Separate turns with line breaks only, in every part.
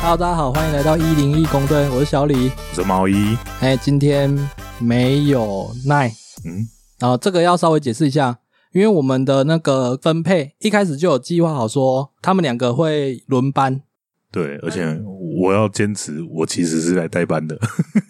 Hello，大家好，欢迎来到一零一公吨，我是小李。
我是毛衣，
哎，今天没有奈，
嗯，
然后这个要稍微解释一下，因为我们的那个分配一开始就有计划好说，他们两个会轮班。
对，而且我要坚持，我其实是来代班的，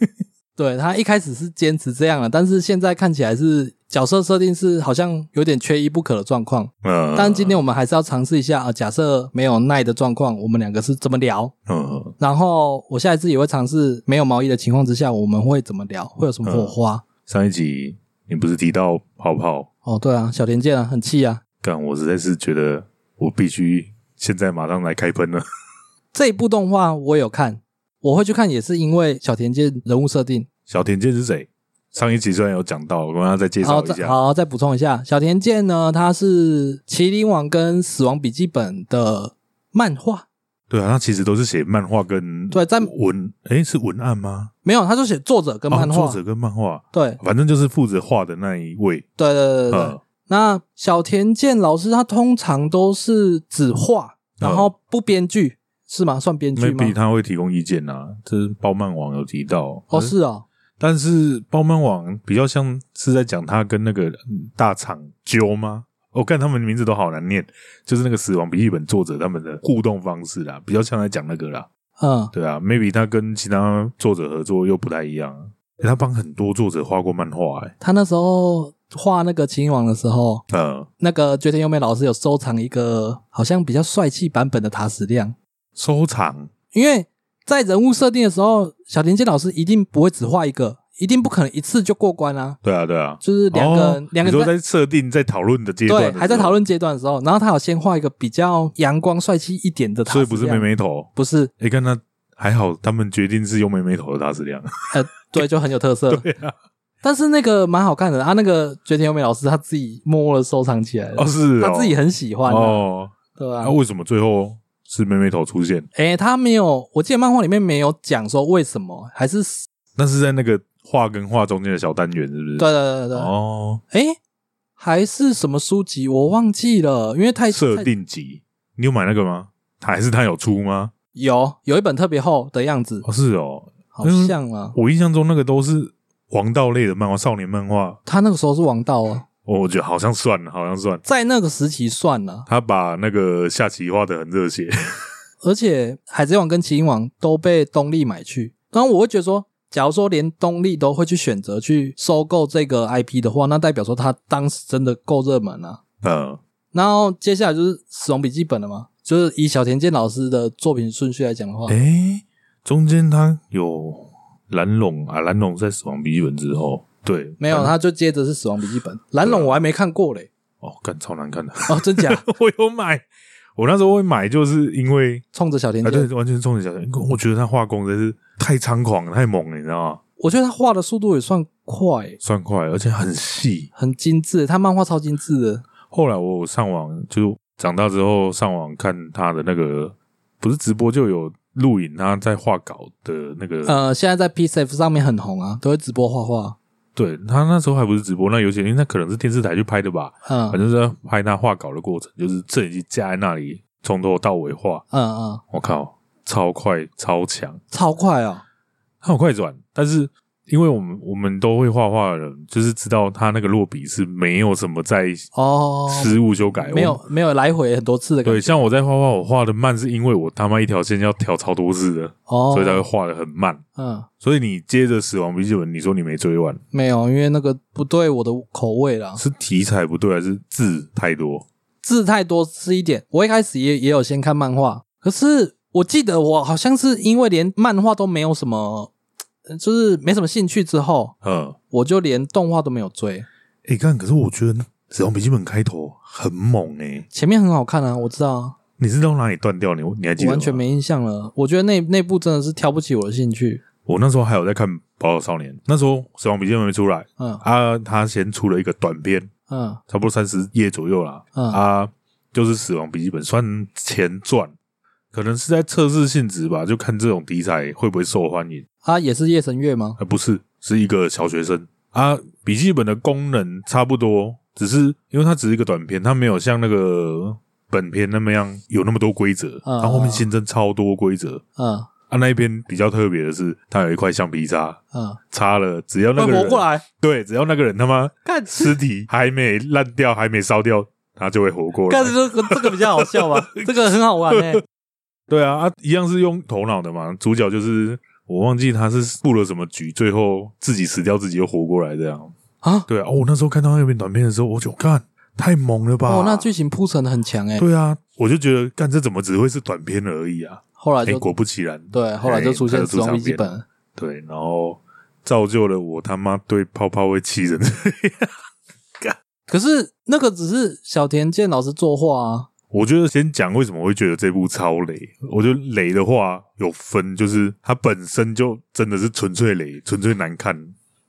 对他一开始是坚持这样了，但是现在看起来是角色设定是好像有点缺一不可的状况。
呃，
但今天我们还是要尝试一下啊、呃假设没有奈的状况，我们两个是怎么聊？
嗯，
然后我下一次也会尝试没有毛衣的情况之下，我们会怎么聊，会有什么火花？
上一集你不是提到泡泡，
哦，对啊，小田健啊，很气啊！
但我实在是觉得我必须现在马上来开喷了，
这一部动画我有看，我会去看，也是因为小田健人物设定。
小田健是谁？上一集虽然有讲到，我刚刚再介绍一
再
下，
好，再补充一下，小田健呢，他是《麒麟王》跟《死亡笔记本》的漫画，
对啊，他其实都是写漫画跟
对在
文，诶，是文案吗？
没有，他就写作者跟漫画。
哦、作者跟漫画，
对
反正就是负责画的那一位，
对对对对。
呃，
那小田健老师他通常都是只画，然后不编剧，是吗？算编剧吗
嗯 maybe？他会提供意见啊，这是包漫网有提到
哦，是哦，
但是包漫网比较像是在讲他跟那个嗯大厂揪吗？我、看他们名字都好难念，就是那个《死亡笔记本》作者他们的互动方式啦，比较像在讲那个啦，
嗯，
对啊，maybe 他跟其他作者合作又不太一样，欸他帮很多作者画过漫画、欸，
他那时候画那个《麒麟王》的时候，
呃，
那个绝田优美老师有收藏一个好像比较帅气版本的塔矢亮，
收藏，
因为在人物设定的时候，小田健老师一定不会只画一个，一定不可能一次就过关啊，
对啊，对啊，
就是两个人、
哦
两个
你说
人在
在设定在讨论的阶段的
对
时候，
还在讨论阶段的时候，然后他有先画一个比较阳光帅气一点的塔矢
所以
亮，
不是妹妹头，
不是，
哎、看他还好，他们决定是用妹妹头的 大质量，
呃，对，就很有特色。
对啊，
但是那个蛮好看的，啊，那个绝田优美老师他自己默默的收藏起来了，
哦是哦，
他自己很喜欢、啊，
哦，
对吧、
那、为什么最后是妹妹头出现？
诶，他没有，我记得漫画里面没有讲说为什么，还是
那是在那个画跟画中间的小单元，是不是？
对啊对对对，
哦，
诶，还是什么书籍我忘记了，因为太
设
太
定集，你有买那个吗？它还是它有出吗？
有有一本特别厚的样子，
哦，是哦，
好
嗯
像啊，
我印象中那个都是王道类的漫画，少年漫画，哦
他那个时候是王道啊，
我我觉得好像算了，好像算。
在那个时期算了，
他把那个下棋画的很热血，
而且《海贼王》跟《麒麟王》都被东立买去，然后我会觉得说。假如说连东立都会去选择去收购这个 IP 的话，那代表说他当时真的够热门啊。
嗯，
然后接下来就是《死亡笔记本》了嘛，就是以小田健老师的作品顺序来讲的话，
诶、中间他有蓝龙啊，蓝龙在死亡笔记本之后，对，
没有，他就接着是《死亡笔记本》。蓝龙我还没看过嘞，
哦，干超难看的，
哦，真假？
我有买，我那时候会买，就是因为
冲着小田
啊，
健，
对，完全是冲着小田。我觉得他画工真是太猖狂、太猛了，你知道吗？
我觉得他画的速度也算快，欸
算快，而且很细。
很精致，他漫画超精致的。
后来我上网，就长大之后上网看他的那个，不是直播就有录影，他在画稿的那个。
呃，现在在 P C F 上面很红啊，都会直播画画。
对他那时候还不是直播，那有些那可能是电视台去拍的吧，
嗯
反
嗯
正是在拍他画稿的过程，就是摄影机架在那里，从头到尾画。
嗯，
我靠，超快超强。
超快哦。
他很快转，但是因为我们我们都会画画的人，就是知道他那个落笔是没有什么在
哦，
失误修改，
没
我。
有没有来回很多次的感
对，
觉。
像我在画画，我画的慢是因为我他妈一条线要调超多次的，
哦，
所以才会画的很慢。
嗯
所以你接着《死亡笔记本》，你说你没追完，
没有，因为那个不对我的口味啦，
是题材不对还是字太多？
字太多是一点。我一开始也也有先看漫画，可是我记得我好像是因为连漫画都没有什么，呃就是没什么兴趣之后，
嗯，
我就连动画都没有追。
诶，看，可是我觉得《死亡笔记本》开头很猛诶、
前面很好看啊，我知道啊，
你是到哪里断掉？你你还记
我
得吗？
完全没印象了。我觉得那那部真的是挑不起我的兴趣。
我那时候还有在看《宝岛少年》，那时候《死亡笔记本》没出来
嗯
啊，他先出了一个短片，
嗯
差不多三十页左右啦。
嗯
啊，就是《死亡笔记本》算前传，可能是在测试性质吧，就看这种题材会不会受欢迎。
啊，也是夜神月吗？
啊，不是，是一个小学生啊，笔记本的功能差不多，只是因为它只是一个短片，它没有像那个本片那么样有那么多规则，
嗯
它后面新增超多规则，
嗯
啊，那一篇比较特别的是，它有一块橡皮擦
啊，
擦了，只要那
会啊
个
活
人
哦过来，
对，只要那个人他妈
看
尸体还没烂掉，还没烧掉，他就会活过来
看。这个这个比较好笑 吧，这个很好玩哎、
对啊，啊，一样是用头脑的嘛。主角就是我忘记他是布了什么局，最后自己死掉，自己又活过来这样。
啊！
对啊，哦，我那时候看到那篇短片的时候，我就看太猛了吧！
哦，那剧情铺陈的很强哎、
对啊，我就觉得干这怎么只会是短片而已啊？
后来
哎、
就
果不其然，
对，后来就出
哎
现
它
时
出
装
长
笔记
片
本
了
了，
对，然后造就了我他妈对泡泡会气人。
可是那个只是小田健老师作画啊，
我觉得先讲为什么我会觉得这部超雷。我觉得雷的话有分，就是它本身就真的是纯粹雷，纯粹难看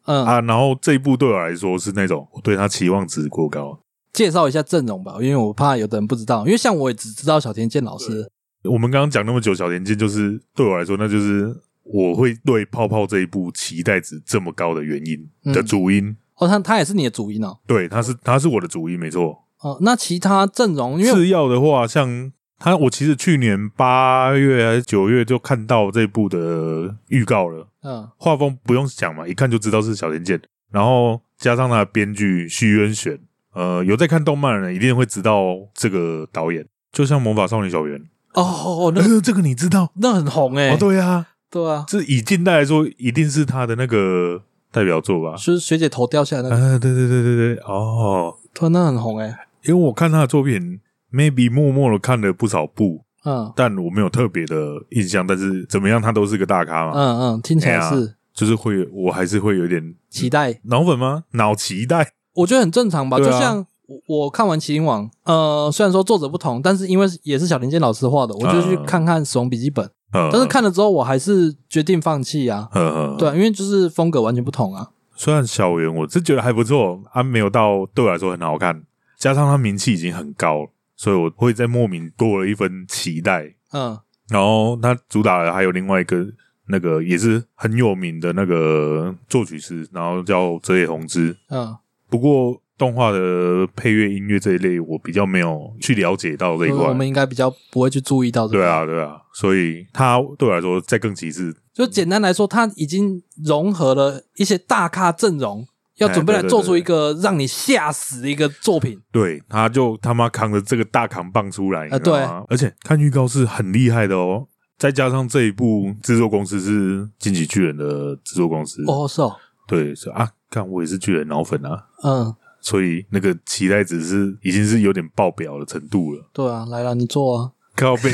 嗯，
啊。然后这一部对我来说是那种我对它期望值过高。
介绍一下阵容吧，因为我怕有的人不知道，因为像我也只知道小田健老师，
我们刚刚讲那么久，小田健就是对我来说，那就是我会对泡泡这一部期待值这么高的原因
嗯
的主因。
哦，他他也是你的主音哦，
对，他是他是我的主因，没错。
哦，那其他阵容因为
次要的话，像他，我其实去年八月还是九月就看到这部的预告了，
嗯
画风不用讲嘛，一看就知道是小田健，然后加上他的编剧徐渊玄，呃，有在看动漫的人一定会知道这个导演，就像《魔法少女小圆》
哦哦哦那
呃，这个你知道？
那很红哎、
哦，对啊，
对啊，
这以近代来说，一定是他的那个代表作吧？
就是学姐头掉下来那个，
啊，对对对对对，哦，
对，那很红哎、
因为我看他的作品，maybe 默默的看了不少部，
嗯
但我没有特别的印象，但是怎么样，他都是个大咖嘛，
嗯嗯，听起来
哎呀
是、
就是会，我还是会有点
期待，
脑粉吗？脑脐带，
我觉得很正常吧，
对
就
啊
像。我我看完《麒麟王》，呃，虽然说作者不同，但是因为也是小林健老师画的，我就去
嗯
看看《死亡笔记本》
呃
但是，看了之后，我还是决定放弃啊。
呃呃，
对啊，因为就是风格完全不同啊。
虽然小圆我是觉得还不错，啊，没有到对我来说很好看，加上他名气已经很高了，所以我会在莫名多了一份期待。
嗯，
然后他主打的还有另外一个那个也是很有名的那个作曲师，然后叫泽野弘之，
嗯，
不过动画的配乐、音乐这一类，我比较没有去了解到这一
我们
块。
应该比较不会去注意到这个。
对啊，，对啊，所以它对我来说再更极致。
就简单来说，它已经融合了一些大咖阵容，要准备来
哎对对
做出一个让你吓死的一个作品。
对，他就他妈扛着这个大扛棒出来，
啊
你知道吗？而且看预告是很厉害的哦，再加上这一部制作公司是《进击巨人》的制作公司，
哦，是哦，
对，是啊，看我也是巨人脑粉啊，
嗯，
所以那个期待值是已经是有点爆表的程度了。
对啊，来了，你做啊。
靠 背。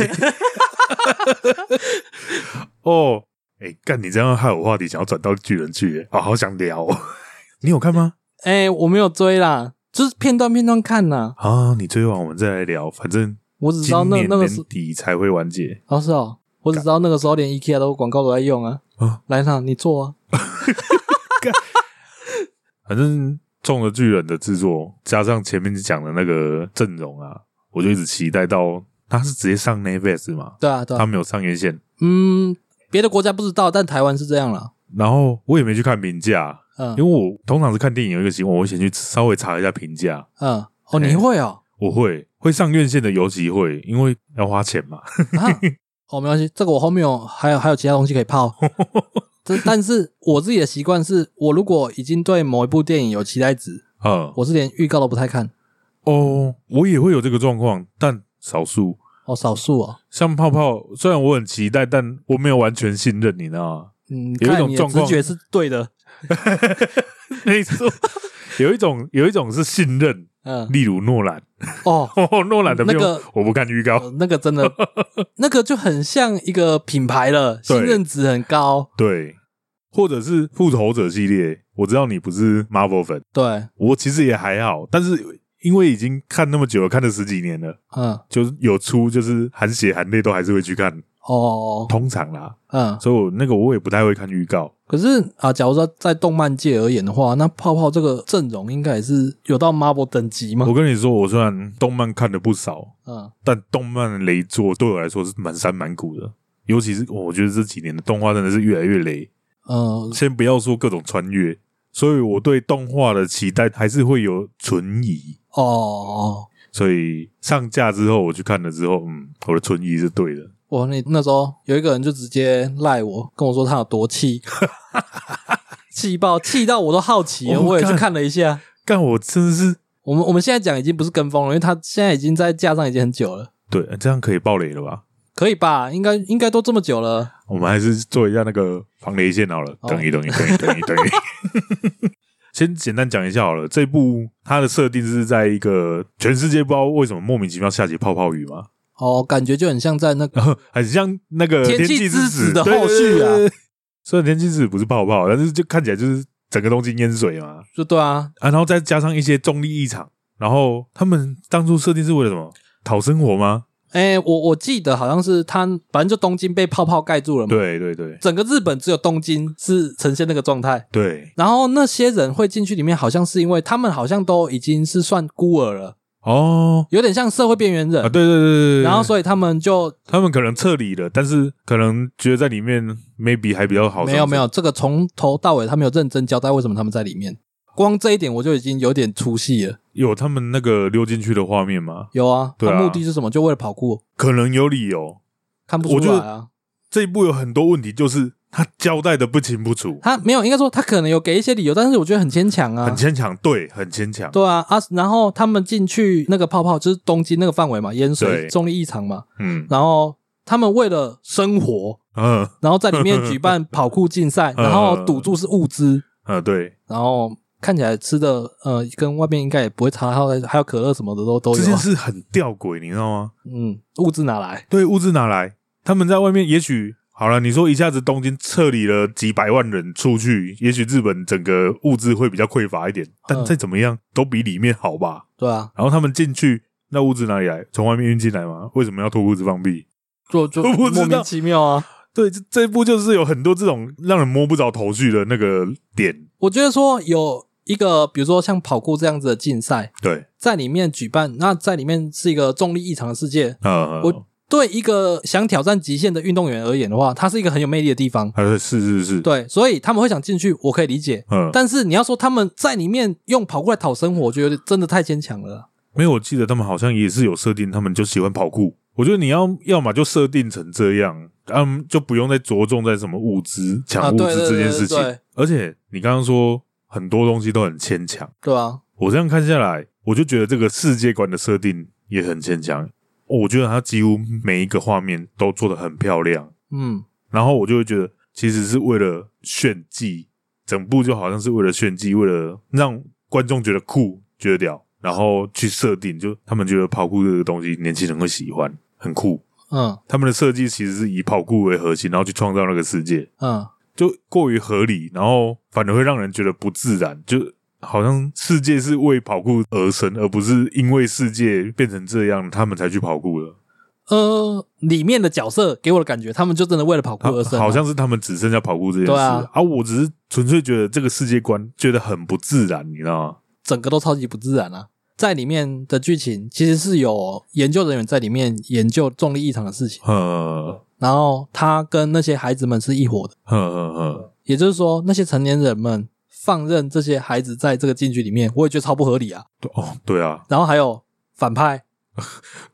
哦，哎、干你这样害我话题想要转到巨人去耶，啊、好想聊、哦。你有看吗？
哎，我没有追啦，就是片段片段看啦。
啊，你追完我们再来聊，反正
我只知道
今
那
年
那个
年
时，
底才会完结。
哦是哦，我只知道那个时候连 IKEA 的广告都在用啊。
啊
来啦，你做啊。
反正中了巨人的制作，加上前面讲的那个阵容啊，我就一直期待到他是直接上 Netflix 嘛，
对啊，对
他
啊。
没有上院线，
嗯，别的国家不知道，但台湾是这样啦。
然后我也没去看评价，
嗯
因为我通常是看电影有一个习惯，我会先去稍微查一下评价，
嗯，哦，你会哦。
我会会上院线的尤其会，因为要花钱嘛。
啊，哦，没关系，这个我后面有还有还有其他东西可以 泡。这但是我自己的习惯是，我如果已经对某一部电影有期待值，
嗯，
我是连预告都不太看。
哦，我也会有这个状况，但少数。
哦，少数哦，
像泡泡，虽然我很期待，但我没有完全信任，你知道吗？
嗯，
有一
看来
种
你的
状
直
况
觉是对的。
没错，有一种有一种是信任，
嗯，
例如诺兰，
哦，
哦，诺兰的
那
片
个
我不看预告，
呃那个真 的，那个就很像一个品牌了，
对
信任值很高。
对，或者是复仇者系列，我知道你不是 Marvel 粉，
对，
我其实也还好，但是因为已经看那么久了，看了十几年了，
嗯，
就是有出就是含血含泪都还是会去看，
哦，
通常啦，
嗯，
所以我那个我也不太会看预告。
可是啊，假如说在动漫界而言的话，那泡泡这个阵容应该也是有到 Marvel 等级吗
我？跟你说，我虽然动漫看的不少，
嗯，
但动漫雷作对我来说是满山满谷的。尤其是我觉得这几年的动画真的是越来越雷，
嗯，
先不要说各种穿越，所以我对动画的期待还是会有存疑。
哦哦，
所以上架之后我去看了之后，嗯，我的存疑是对的。
我那那时候有一个人就直接赖我，跟我说他有多气，气爆，气到我都好奇了，
哦
我也去
干
看了一下。
但我真的是
我们我们现在讲已经不是跟风了，因为他现在已经在架上已经很久了，
对，这样可以爆雷了吧？
可以吧？应该应该都这么久了。
我们还是做一下那个防雷线好了。
哦
等一等一等一等一等一。 先简单讲一下好了，这部它的设定是在一个全世界不知道为什么莫名其妙下起泡泡雨嘛，
哦，感觉就很像在那个
然后很像那个
天气
气
之
子
子的
对
后续啊
对对对虽然天气之子不是泡泡，但是就看起来就是整个东京淹水嘛，
就对啊，
啊，然后再加上一些重力异常，然后他们当初设定是为了什么？讨生活吗？
哎，我我记得好像是他，反正就东京被泡泡盖住了嘛。
对对对
整个日本只有东京是呈现那个状态，
对，
然后那些人会进去里面，好像是因为他们好像都已经是算孤儿了，
哦
有点像社会边缘人。
啊，对对对对对，
然后
以
所以他们就
他们可能撤离了，但是可能觉得在里面 maybe 还比较好，
没有没有，这个从头到尾他没有认真交代为什么他们在里面，光这一点我就已经有点出戏了。
有他们那个溜进去的画面吗？
有啊，
对啊
他目的是什么？就为了跑酷，
可能有理由。
看不出
我觉
来
得
啊。
这一部有很多问题，就是他交代的不清不楚，
他没有，应该说他可能有给一些理由，但是我觉得很牵强啊
很。牵强，对，很牵强，
对啊啊，然后他们进去那个泡泡就是东京那个范围嘛，淹水
对
重力异常嘛，
嗯
然后他们为了生活，
嗯
然后在里面举办跑酷竞赛，
嗯
然后赌注是物资，
嗯，对，
然后看起来吃的呃跟外面应该也不会差，还有还有可乐什么的都都
这
有
件
啊、
事很吊诡，你知道吗？
嗯，物资拿来，
对，物资哪来？他们在外面也许好了，你说一下子东京撤离了几百万人出去，也许日本整个物资会比较匮乏一点，但
嗯
再怎么样都比里面好吧。
对啊，
然后他们进去，那物资哪里来？从外面运进来吗？为什么要脱裤子放屁？
就就
我不知道
莫名其妙啊。
对，这这一部就是有很多这种让人摸不着头绪的那个点。
我觉得说有一个，比如说像跑酷这样子的竞赛，
对，
在里面举办，那在里面是一个重力异常的世界。
呃，
我对一个想挑战极限的运动员而言的话，它是一个很有魅力的地方。
还是是是是，，
对，啊所以他们会想进去，我可以理解。
嗯，
但是你要说他们在里面用跑过来讨生活，我觉得有点真的太牵强了。
没有，我记得他们好像也是有设定，他们就喜欢跑酷。我觉得你要要么就设定成这样，嗯，就不用再着重在什么物资
啊，
抢物
对
资
对
这
对
件
对
事情。
对，
而且你刚刚说很多东西都很牵强，
对啊，
我这样看下来，我就觉得这个世界观的设定也很牵强。我觉得它几乎每一个画面都做得很漂亮，
嗯，
然后我就会觉得其实是为了炫技，整部就好像是为了炫技，为了让观众觉得酷、觉得屌，然后去设定，就他们觉得跑酷这个东西年轻人会喜欢，很酷。
嗯
他们的设计其实是以跑酷为核心，然后去创造那个世界，
嗯，
就过于合理，然后反而会让人觉得不自然，就好像世界是为跑酷而生，而不是因为世界变成这样，他们才去跑酷的。
呃，里面的角色给我的感觉，他们就真的为了跑酷而生、啊
好像是他们只剩下跑酷这件事
对啊
我只是纯粹觉得这个世界观觉得很不自然，你知道吗？
整个都超级不自然啊。在里面的剧情其实是有研究人员在里面研究重力异常的事情，
呃
然后他跟那些孩子们是一伙的，
呃呃，
也就是说，那些成年人们放任这些孩子在这个禁区里面，我也觉得超不合理啊。
对哦，对啊，
然后还有反派，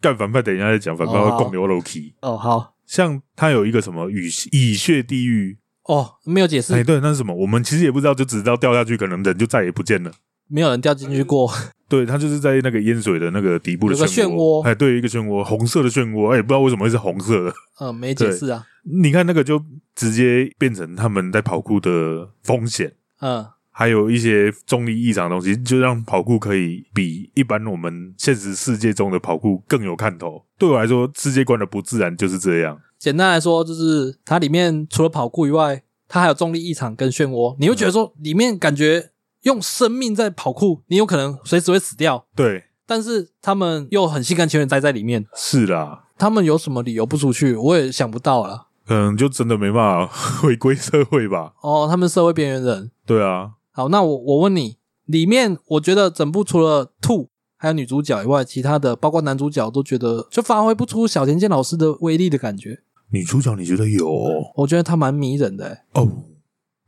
干反派等一下再讲，反派
哦
会
好
共流楼梯。
哦，好，
像他有一个什么雨蚁血地狱，
哦，没有解释，
哎，对，那是什么？我们其实也不知道，就只知道掉下去，可能人就再也不见了。
没有人掉进去过，
对，它就是在那个淹水的那个底部的
有个
漩
漩涡
哎，对，一个漩涡，红色的漩涡，哎，不知道为什么会是红色的。
呃，没解释啊，
你看那个就直接变成他们在跑酷的风险，
嗯，
还有一些重力异常的东西，就让跑酷可以比一般我们现实世界中的跑酷更有看头。对我来说，世界观的不自然就是这样。
简单来说，就是它里面除了跑酷以外，它还有重力异常跟漩涡，你会觉得说里面感觉用生命在跑酷，你有可能随时会死掉，
对，
但是他们又很心甘情愿待在里面，
是啦，
他们有什么理由不出去，我也想不到了。
可能就真的没办法 回归社会吧。
哦，他们社会边缘人。
对啊，
好，那我我问你，里面我觉得整部除了兔还有女主角以外，其他的包括男主角都觉得就发挥不出小田健老师的威力的感觉。
女主角你觉得有哦？
我觉得他蛮迷人的、欸。
哦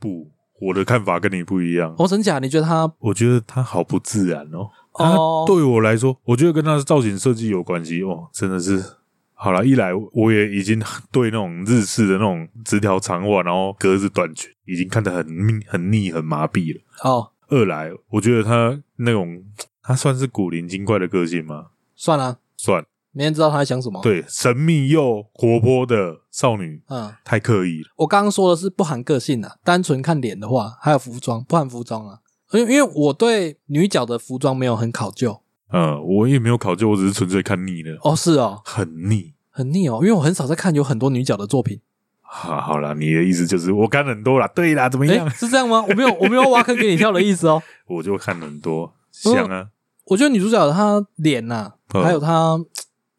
不，我的看法跟你不一样。
我真假？你觉得他
我觉得他好不自然哦。它
哦，
对我来说，我觉得跟它的造型设计有关系哦，真的是。好了，一来我也已经对那种日式的那种直条长袜，然后格子短裙，已经看得很腻、很腻、很麻痹了。
哦，
二来，我觉得他那种他算是古灵精怪的个性吗？
算了，
算，
没人知道他在想什么。，
对，神秘又活泼的少女
嗯，
太刻意了。
我刚刚说的是不含个性啊，单纯看脸的话，还有服装，不含服装啊。因为因为我对女角的服装没有很考究
嗯，我也没有考究，我只是纯粹看腻了，
哦，是哦，
很腻。
很腻哦，因为我很少在看有很多女角的作品。
好，好啦，你的意思就是我看很多啦，对啦，怎么样
诶，？是这样吗？我 没有，我没有挖坑给你跳的意思哦。
我就看很多，香啊，
我觉得女主角她脸呐、
嗯
还有她嘖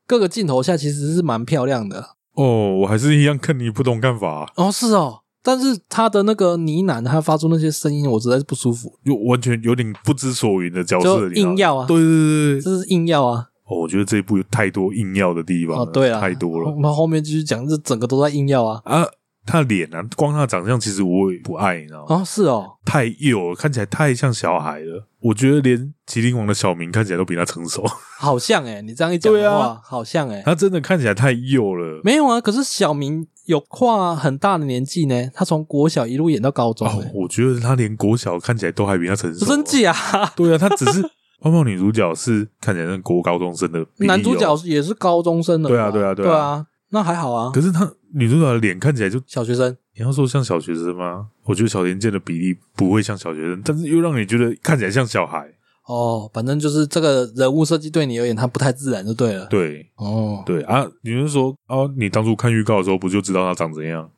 各个镜头下其实是蛮漂亮的。
哦，我还是一样看你不同看法啊、
哦，是哦，但是她的那个呢喃，她发出那些声音，我实在是不舒服，
又完全有点不知所云的角色，
就
你知道吗
硬要啊，
对对对对，
这是硬要啊。
哦，我觉得这一部有太多硬要的地方了，
哦，对啊，
太多
我
了
们后面继续讲，这整个都在硬要啊。
啊。他脸啊，光他长相其实我也不爱，你知道吗？
哦，是哦，
太幼了，看起来太像小孩了。我觉得连麒麟王的小明看起来都比他 成熟，
好像哎、你这样一讲的
对
话，
啊
好像哎、
他真的看起来太幼了。
没有啊。可是小明有跨很大的年纪呢，他从国小一路演到高中、
哦
欸，，
我觉得他连国小看起来都还比他成熟，
真假？
对啊，他只是 泡泡女主角是看起来像国高中生的比例
男主角
哦，
也是高中生了吧，
对啊对啊
对
对啊
那还好啊
可，是他女主角的脸看起来就
小学生。
你要说像小学生吗？我觉得小田健的比例不会像小学生，但是又让你觉得看起来像小孩。
哦，反正就是这个人物设计对你而言，它不太自然就对了。
对
哦，
对啊，你是说哦，你当初看预告的时候不就知道他长怎样？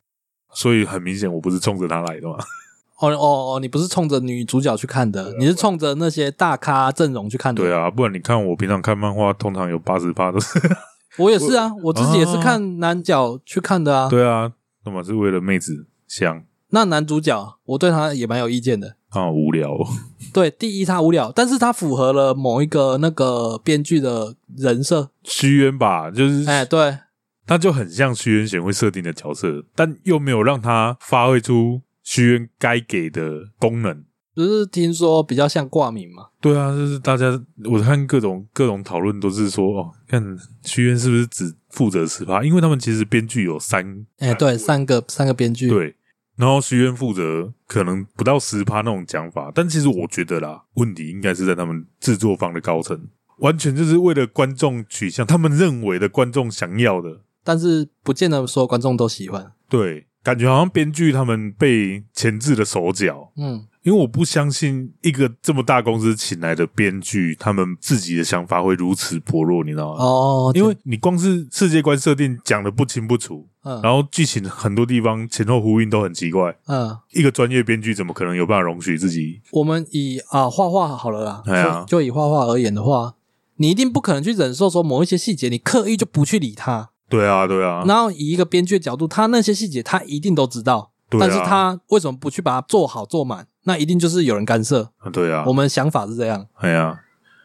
所以很明显，我不是冲着他来的嘛。
哦哦哦，你不是冲着女主角去看的，你是冲着那些大咖阵容去看的。
啊对，啊，不然你看我平常看漫画，通常有八十趴都是。
我也是啊，我自己也是看男角去看的啊。
对啊，那么是为了妹子香
那男主角我对他也蛮有意见的。
啊，无聊、哦。
对，第一他无聊，但是他符合了某一个那个编剧的人设。
虚渊吧，就是
哎，对，
他就很像虚渊贤会设定的角色，但又没有让他发挥出虚渊该给的功能。
只是听说比较像挂名嘛。
对啊，就是大家我看各种各种讨论都是说，哦，看虚渊是不是只负责十趴？因为他们其实编剧有三，
哎，对，三个三个编剧。，
对，然后虚渊负责可能不到十趴那种讲法，但其实我觉得啦，问题应该是在他们制作方的高层，完全就是为了观众取向，他们认为的观众想要的，
但是不见得所有观众都喜欢。
对，感觉好像编剧他们被钳制了手脚。
嗯，
因为我不相信一个这么大公司请来的编剧，他们自己的想法会如此薄弱，你知道吗？
哦，
因为你光是世界观设定讲的不清不楚，
嗯
然后剧情很多地方前后呼应都很奇怪，
嗯，
一个专业编剧怎么可能有办法容许自己？
我们以啊画画好了啦，
哎呀
就就以画画而言的话，你一定不可能去忍受说某一些细节，你刻意就不去理它。
对啊，对啊，
然后以一个编剧的角度，他那些细节他一定都知道，
对啊
但是他为什么不去把它做好做满？那一定就是有人干涉。
对啊
我，们想法是这样，
哎呀，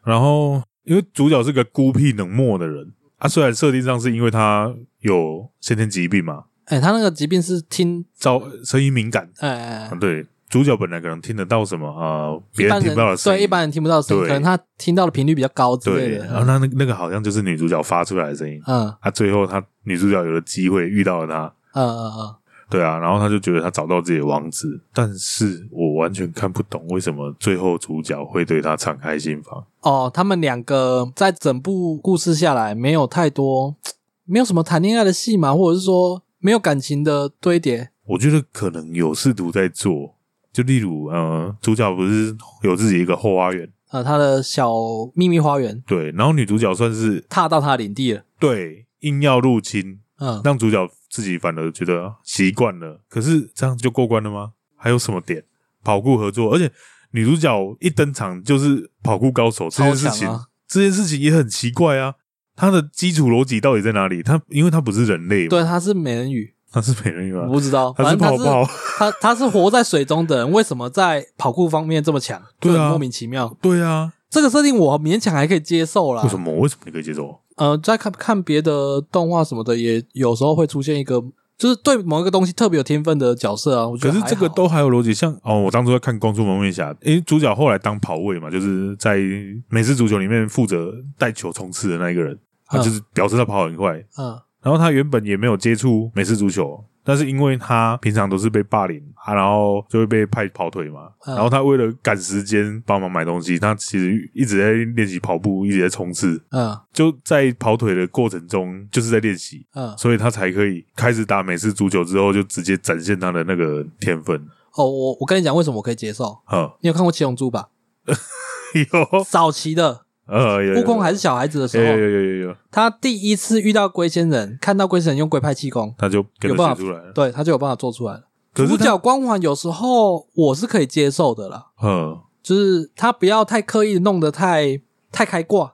然后因为主角是个孤僻冷漠的人，啊，虽然设定上是因为他有先天疾病嘛，
哎，他那个疾病是听，
噪声音敏感，
哎哎，哎
啊，对，主角本来可能听得到什么啊，呃别
一般
人听
人
不到的声音，
对一般人听不到的声音，
对
可能他听到的频率比较高之类
对，然后
的。
那那那个好像就是女主角发出来的声音，
嗯
啊，最后她女主角有了机会遇到了他，
嗯嗯嗯，
对啊，然后她就觉得她找到自己的王子，但是我完全看不懂为什么最后主角会对她敞开心房，
哦，他们两个在整部故事下来没有太多，没有什么谈恋爱的戏嘛，或者是说没有感情的堆叠。
我觉得可能有试图在做。就例如，呃，主角不是有自己一个后花园，
呃，他的小秘密花园
对，然后女主角算是
踏到他的领地了。
对硬要入侵，
嗯，
让主角自己反而觉得习惯了。可是这样就过关了吗？还有什么点跑酷合作？而且女主角一登场就是跑酷高手，这件事
超
情，
强啊
这件事情也很奇怪啊。她的基础逻辑到底在哪里？她因为她不是人类嘛，
对，他是美人鱼，
她是美人鱼
我
吗？
不知道，
她
反正他
泡
是
泡？
他他是活在水中的人，为什么在跑酷方面这么强？
对啊
就很莫名其妙。
对啊，
这个设定我勉强还可以接受啦。
为什么？为什么你可以接受？
呃，在看看别的动画什么的，也有时候会出现一个就是对某一个东西特别有天分的角色啊。我觉
可
得
是
还
这个
好
都还有逻辑，像哦，我当初在看《光速蒙面侠》，因为主角后来当跑位嘛，就是在美式足球里面负责带球冲刺的那一个人，
嗯
他就是表示他跑很快，
嗯
然后他原本也没有接触美式足球，但是因为他平常都是被霸凌，啊、然后就会被派跑腿嘛。
嗯
然后他为了赶时间帮忙买东西，他其实一直在练习跑步，一直在冲刺。
嗯
就在跑腿的过程中，就是在练习，
嗯，
所以他才可以开始打美式足球之后，就直接展现他的那个天分。
哦，我我跟你讲，为什么我可以接受？
哈，
你有看过《七龙珠》吧？
有，
早期的
呃，有有
悟空还
有
是小孩子的时
有有
候，
有有有有，
他第一次遇到龟仙人，看到龟仙人用龟派气功，
他就跟
有
着
办
写
法
出来了。
对他就有办法做出来了。
可是
主
他，
角光环有时候我是可以接受的啦，
嗯
就是他不要太刻意弄得太太开挂。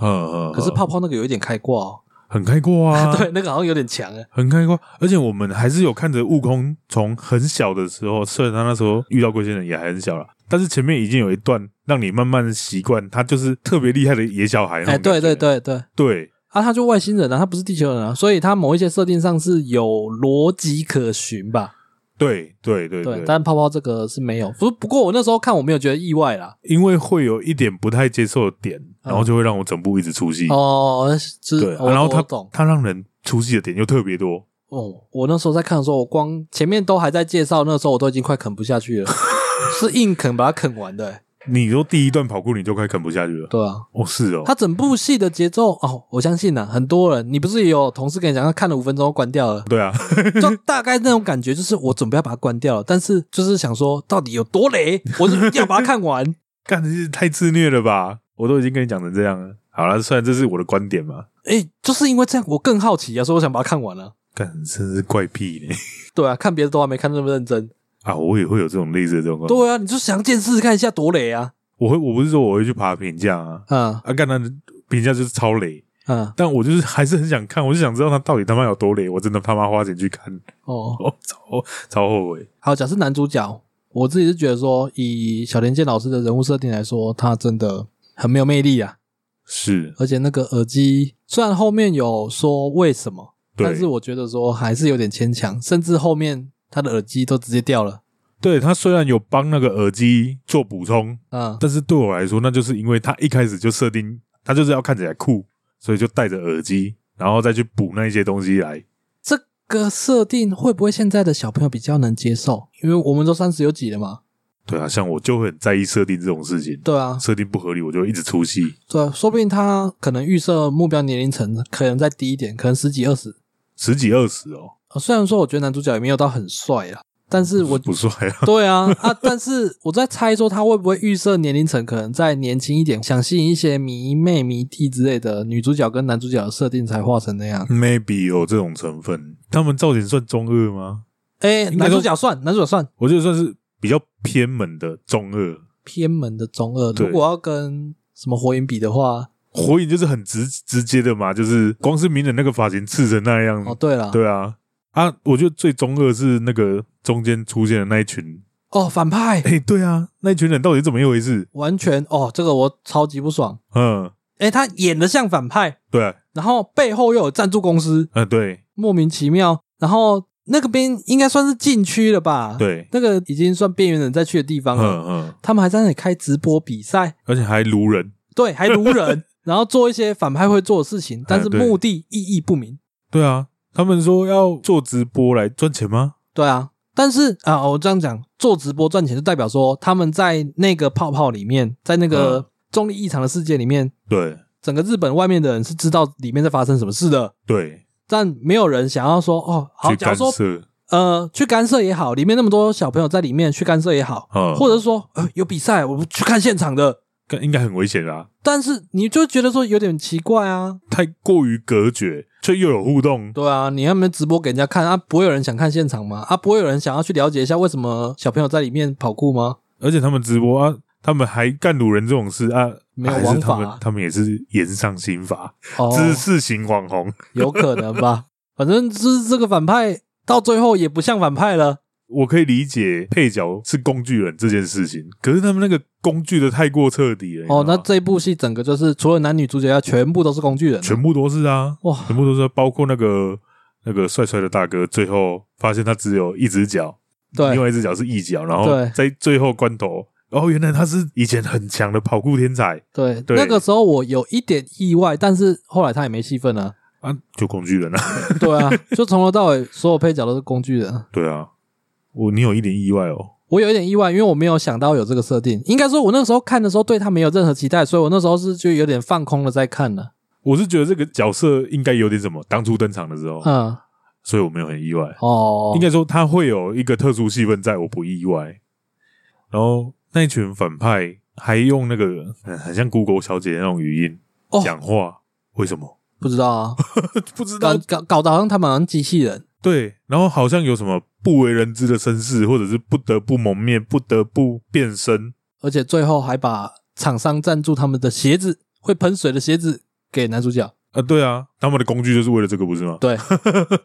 嗯嗯，
可是
怕
泡泡那个有一点开挂哦，
很开阔 啊，
对，那个好像有点强哎。
很开阔，而且我们还是有看着悟空从很小的时候，虽然他那时候遇到龟仙人也还很小了，但是前面已经有一段让你慢慢习惯，他就是特别厉害的野小孩那
哎，
种感
对
觉。
对对对，
对，
啊，他就外星人啊，他不是地球人啊，所以他某一些设定上是有逻辑可循吧？
对对对
对
对，，
但泡泡这个是没有。不不过我那时候看我没有觉得意外啦。
因为会有一点不太接受的点，然后就会让我整部一直出戏。
嗯哦，就
对，
是我
然后
我
他
懂
他让人出戏的点又特别多。
哦。我那时候在看的时候，我光前面都还在介绍，那时候我都已经快啃不下 去了，是硬啃把它啃完的、欸。
你说第一段跑酷，你就快啃不下去了。
对啊，
哦，是哦，，
他整部戏的节奏哦，我相信呐、很多人，你不是也有同事跟你讲，他看了五分钟就关掉了
对啊，
就大概那种感觉，就是我准备要把它关掉了，但是就是想说到底有多雷，我就一定要把它看完。
干的是太自虐了吧？我都已经跟你讲成这样了。好了，虽然这是我的观点嘛，
哎、就是因为这样，我更好奇啊，所以我想把它看完了、
干真是怪癖呢。
对啊，看别的都还没看那么认真。
啊，我也会有这种类似的状况。
对啊，你就想见识看一下多雷啊。
我会，我不是说我会去爬评价啊，
嗯
啊，干他的评价就是超雷，
嗯
但我就是还是很想看，我就想知道他到底他妈有多雷，我真的他妈花钱去看，
哦，
哦，超超后悔。
好，假设男主角，我自己是觉得说，以小田健老师的人物设定来说，他真的很没有魅力啊。
是，
而且那个耳机，虽然后面有说为什么，
对
但是我觉得说还是有点牵强，甚至后面他的耳机都直接掉了。
对他虽然有帮那个耳机做补充，
嗯，
但是对我来说，那就是因为他一开始就设定他就是要看起来酷，所以就戴着耳机，然后再去补那些东西来。
这个设定会不会现在的小朋友比较能接受？因为我们都三十有几了嘛。
对啊，像我就会很在意设定这种事情，
对啊，
设定不合理我就会一直出戏。
对啊，说不定他可能预设目标年龄层可能再低一点，可能十几二十。
十几二十哦，
呃虽然说我觉得男主角也没有到很帅啦，但是我
不帅啊，
对啊啊，但是我在猜说他会不会预设年龄层可能再年轻一点，想吸引一些迷妹迷弟之类的女主角跟男主角的设定才画成那样。
嗯 maybe 有这种成分。他们造型算中二吗？
哎，
应该
男
说
主角算男主角算
我觉得算是比较偏门的中二。
偏门的中二，
对
如果要跟什么火影比的话，
火影就是很直直接的嘛，就是光是鸣人那个发型刺成那样，
哦对了，
对啊啊！我觉得最中二是那个中间出现的那一群，
哦反派
哎、对啊，那一群人到底怎么一回事？
完全哦这个我超级不爽，
嗯，
哎他演的像反派，
对、啊，
然后背后又有赞助公司，
嗯，对
莫名其妙。然后那个边应该算是禁区了吧？，
对，
那个已经算边缘人在去的地方
嗯
了。
嗯，
他们还在那里开直播比赛，
而且还掳人，
对，还掳 人，然后做一些反派会做的事情，但是
哎对
目的意义不明。
对啊，他们说要做直播来赚钱吗？
对啊，但是啊、我这样讲，做直播赚钱就代表说他们在那个泡泡里面，在那
嗯
个中立异常的世界里面，
对
整个日本外面的人是知道里面在发生什么事的。
对，
但没有人想要说哦，好，
去
假如
干
说
涉，
呃，去干涉也好，里面那么多小朋友在里面去干涉也好，
嗯，
或者说、呃、有比赛，我们去看现场的。
干应该很危险啦，
但是你就觉得说有点奇怪啊，
太过于隔绝，却又有互动，
对啊，你要不要直播给人家看啊？不会有人想看现场吗？啊，不会有人想要去了解一下为什么小朋友在里面跑酷吗？
而且他们直播啊，他们还干掳人这种事啊，
没有
还是
王法
他们他们也是言上心法，
哦，
知识型网红。
有可能吧。 反正就是这个反派到最后也不像反派了。
我可以理解配角是工具人这件事情，可是他们那个工具的太过彻底了。你知道
哦，
吗
那这部戏整个就是除了男女主角要全部都是工具人啊，
全部都是啊，
哇，
全部都是啊，包括那个那个帅帅的大哥最后发现他只有一只脚，另
对
外一只脚是一脚，然后
对
在最后关头，哦，原来他是以前很强的跑酷天才
对
对
那个时候我有一点意外，但是后来他也没戏份 了。
啊，就工具人啊，
对啊，就从头到尾所有配角都是工具人。
对啊，我你有一点意外哦，
我有一点意外，因为我没有想到有这个设定。应该说，我那个时候看的时候对他没有任何期待，所以我那时候是就有点放空了在看了。
我是觉得这个角色应该有点什么，当初登场的时候，
嗯，
所以我没有很意外，
哦
应，该说他会有一个特殊戏份在，我不意外。然后那一群反派还用那个呃很像 Google 小姐那种语音
哦
讲话，为什么
不知道啊，
不知道
搞？搞搞得好像他们好像机器人。
对，然后好像有什么不为人知的身世，或者是不得不蒙面、不得不变身。
而且最后还把厂商赞助他们的鞋子会喷水的鞋子给男主角。
啊，对啊，他们的工具就是为了这个，不是吗？
对，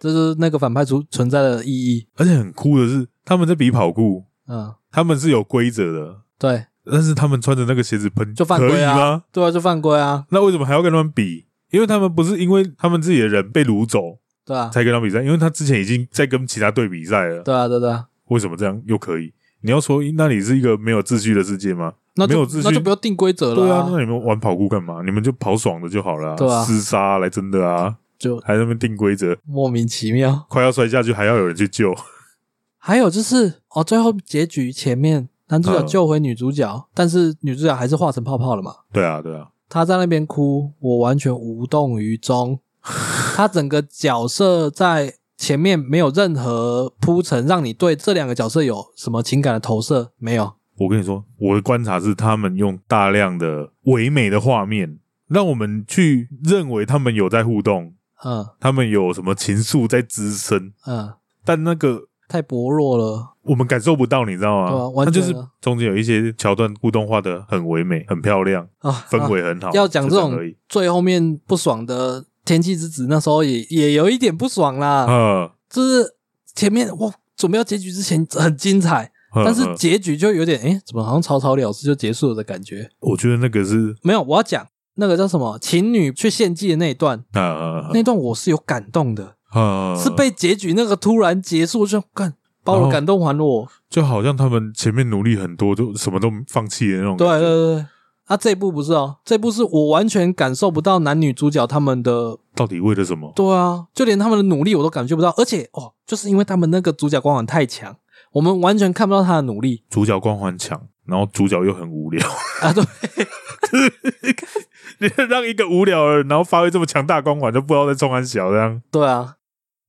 这就是那个反派存存在的意义。
而且很酷的是，他们在比跑酷，
嗯，
他们是有规则的，
对，
但是他们穿着那个鞋子喷
就犯
可
规
以吗
啊？，对啊，就犯规啊，
那为什么还要跟他们比？因为他们不是因为他们自己的人被掳走
对啊，
才跟他们比赛，因为他之前已经在跟其他队比赛了。
对啊，对对啊，
为什么这样又可以？你要说那里是一个没有秩序的世界吗？
那
没
就
有秩序
那就不要定规则
对
了、
啊，那你们玩跑酷干嘛？你们就跑爽的就好了、
对啊
厮杀、来真的啊，
就
还在那边定规则，
莫名其妙。
快要摔下去还要有人去救。
还有就是哦，最后结局前面男主角
嗯
救回女主角，但是女主角还是化成泡泡了嘛。
对啊，对啊，
他在那边哭，我完全无动于衷。 他整个角色在前面没有任何铺陈，让你对这两个角色有什么情感的投射，没有。
我跟你说，我的观察是，他们用大量的唯美的画面，让我们去认为他们有在互动，
嗯
他们有什么情愫在滋生，
嗯，
但那个
太薄弱了。
我们感受不到，你知道吗？
对啊完
它就
全啊
是中间有一些桥段互动化的很唯美、很漂亮，
啊，
氛
啊
围很好。
要讲这
就样
种
而已。
最后面不爽的天气之子，那时候也也有一点不爽啦。
呃，
就是前面哇，准备要结局之前很精彩，但
但
是结局就有点诶、怎么好像草草了事就结束了的感觉？
我觉得那个是
没有，我要讲那个叫什么情侣去献祭的那一段，
呃
那段我是有感动的，
呃，
是被结局那个突然结束就干把我的感动还我。
就好像他们前面努力很多，就什么都放弃的那种
对
感觉。
对对对，啊，这一部不是哦，这一部是我完全感受不到男女主角他们的，
到底为了什么？
对啊，就连他们的努力我都感觉不到，而且哦，就是因为他们那个主角光环太强，我们完全看不到他的努力
主角光环强，然后主角又很无聊，
啊。对，
你让一个无聊的人，然后发挥这么强大光环，就不知道在冲安小这样。
对啊，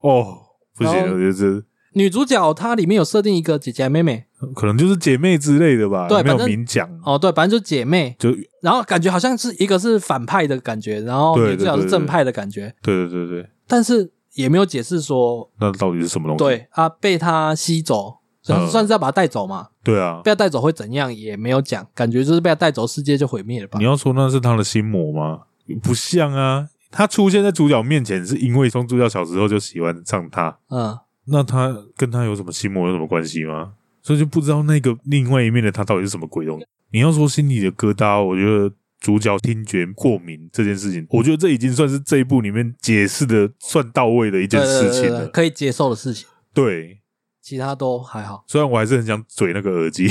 哦，不行，
然后
我觉得这
女主角她里面有设定一个姐姐妹妹，
可能就是姐妹之类的吧，
对
没有
反正
明讲，
哦，对，反正就姐妹，
就
然后感觉好像是一个是反派的感觉，然后
对
女主角
对
是
对对
正派的感觉，
对对对对，
但是也没有解释说
那到底是什么东西？
对啊被他吸走，算
嗯
算是要把他带走嘛，
对啊，
被他带走会怎样也没有讲，感觉就是被他带走世界就毁灭了吧
你？要说那是他的心魔吗？不像啊，他出现在主角面前是因为从主角小时候就喜欢上他，
嗯，
那他跟他有什么心魔有什么关系吗？所以就不知道那个另外一面的他到底是什么鬼东西。你要说心里的疙瘩，我觉得主角听觉过敏这件事情，我觉得这已经算是这一部里面解释的算到位的一件
对对
事
对
情
对对，
了。
可以接受的事情，
对，
其他都还好。
虽然我还是很想嘴那个耳机，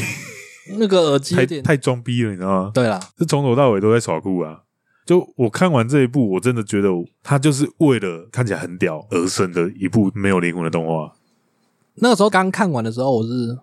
那个耳机有
太
点
太装逼了，你知道吗？
对啦，
是从头到尾都在耍酷啊！就我看完这一部，我真的觉得他就是为了看起来很屌而生的一部没有灵魂的动画。
那个时候刚看完的时候，我是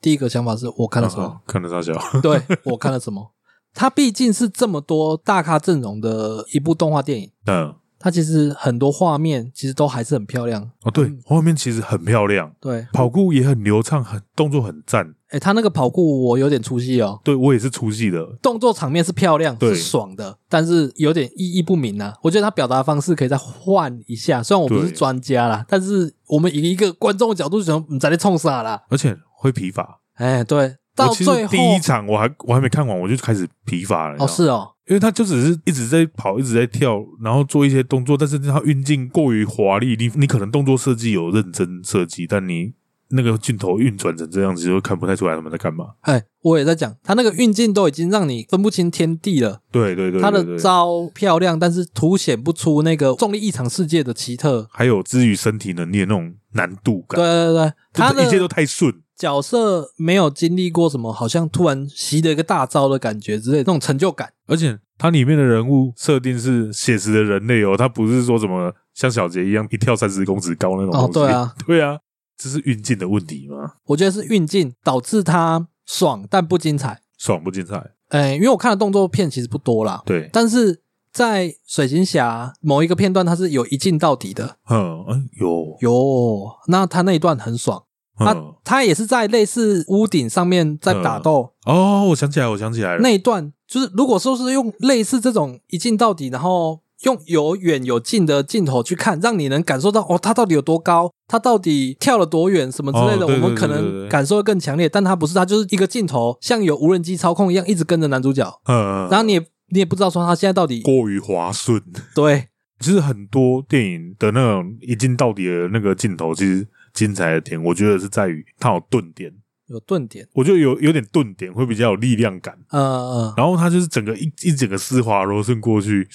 第一个想法是我看的时候。
嗯看得大小，
对我看了什么？它毕竟是这么多大咖阵容的一部动画电影，
嗯，
它其实很多画面其实都还是很漂亮。
哦对
嗯，
画面其实很漂亮，
对，
跑酷也很流畅，很动作很赞。
诶，他那个跑酷我有点出戏哦，
对我也是出戏的，
动作场面是漂亮
对
是爽的，但是有点意义不明啊。我觉得他表达方式可以再换一下，虽然我不是
对
专家啦，但是我们以一个观众的角度想，你在那冲啥啦？
而且会疲乏。
哎，对，
我
到
其
最
实
后
第一场我还我还没看完，我就开始疲乏了。你知道
哦
吗
是哦，
因为他就只是一直在跑，一直在跳，然后做一些动作，但是他运镜过于华丽，你你可能动作设计有认真设计，但你那个镜头运转成这样子，就看不太出来他们在干嘛。
哎，我也在讲，他那个运镜都已经让你分不清天地了。
对对对，
他
对
的
对
招漂亮，但是凸显不出那个重力异常世界的奇特。
还有之于身体能力的那种难度
对
感，
对对，对他
就是一切
的
都太顺。
角色没有经历过什么，好像突然习得一个大招的感觉之类，那种成就感。
而且它里面的人物设定是写实的人类哦，它不是说什么像小杰一样一跳三十公尺高那种东
哦
西。，
对，啊，
对啊，这是运镜的问题吗？
我觉得是运镜导致他爽但不精彩。
爽不精彩，
哎，因为我看的动作片其实不多啦，
对，
但是在水行侠某一个片段，它是有一镜到底的。
嗯，嗯有，
哟，那他那一段很爽。他
嗯，
他也是在类似屋顶上面在打斗、
哦，我想起来，我想起来了，
那一段，就是如果说是用类似这种一镜到底，然后用有远有近的镜头去看，让你能感受到哦，他到底有多高，他到底跳了多远什么之类的，
哦对
我们
对
可
对对
能
对
感受会更强烈。但他不是，他就是一个镜头，像有无人机操控一样，一直跟着男主角，
嗯，
然后你也你也不知道说他现在到底
过于滑顺。
对
其实很多电影的那种一镜到底的那个镜头，其实精彩的点，我觉得是在于它有顿点，
有顿点，
我觉得有有点顿点会比较有力量感。
呃呃，
然后它就是整个一一整个丝滑柔顺过去，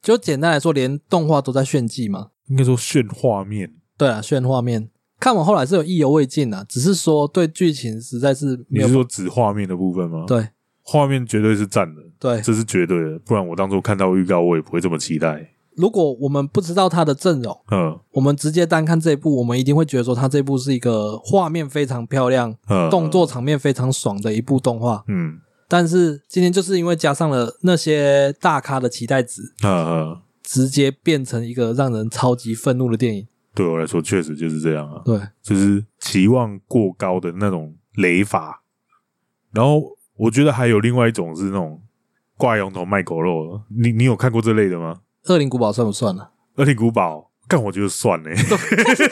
就简单来说，连动画都在炫技嘛。
应该说炫画面。
对啊，炫画面。看完后来是有意犹未尽啊，只是说对剧情实在是
你
没有
是说指画面的部分吗？，
对
画面绝对是赞的，
对。
这是绝对的。不然我当初看到预告，我也不会这么期待。
如果我们不知道他的阵容，
嗯
我们直接单看这一部，我们一定会觉得说他这部是一个画面非常漂亮、
嗯，
动作场面非常爽的一部动画。
嗯，
但是今天就是因为加上了那些大咖的期待值，
嗯嗯，
直接变成一个让人超级愤怒的电影。
对我来说确实就是这样啊。
对，
就是期望过高的那种雷法。然后我觉得还有另外一种是那种挂羊头卖狗肉的，你你有看过这类的吗？
《恶灵古堡》算不算啊呢、
恶灵古堡，干我觉得 算嘞、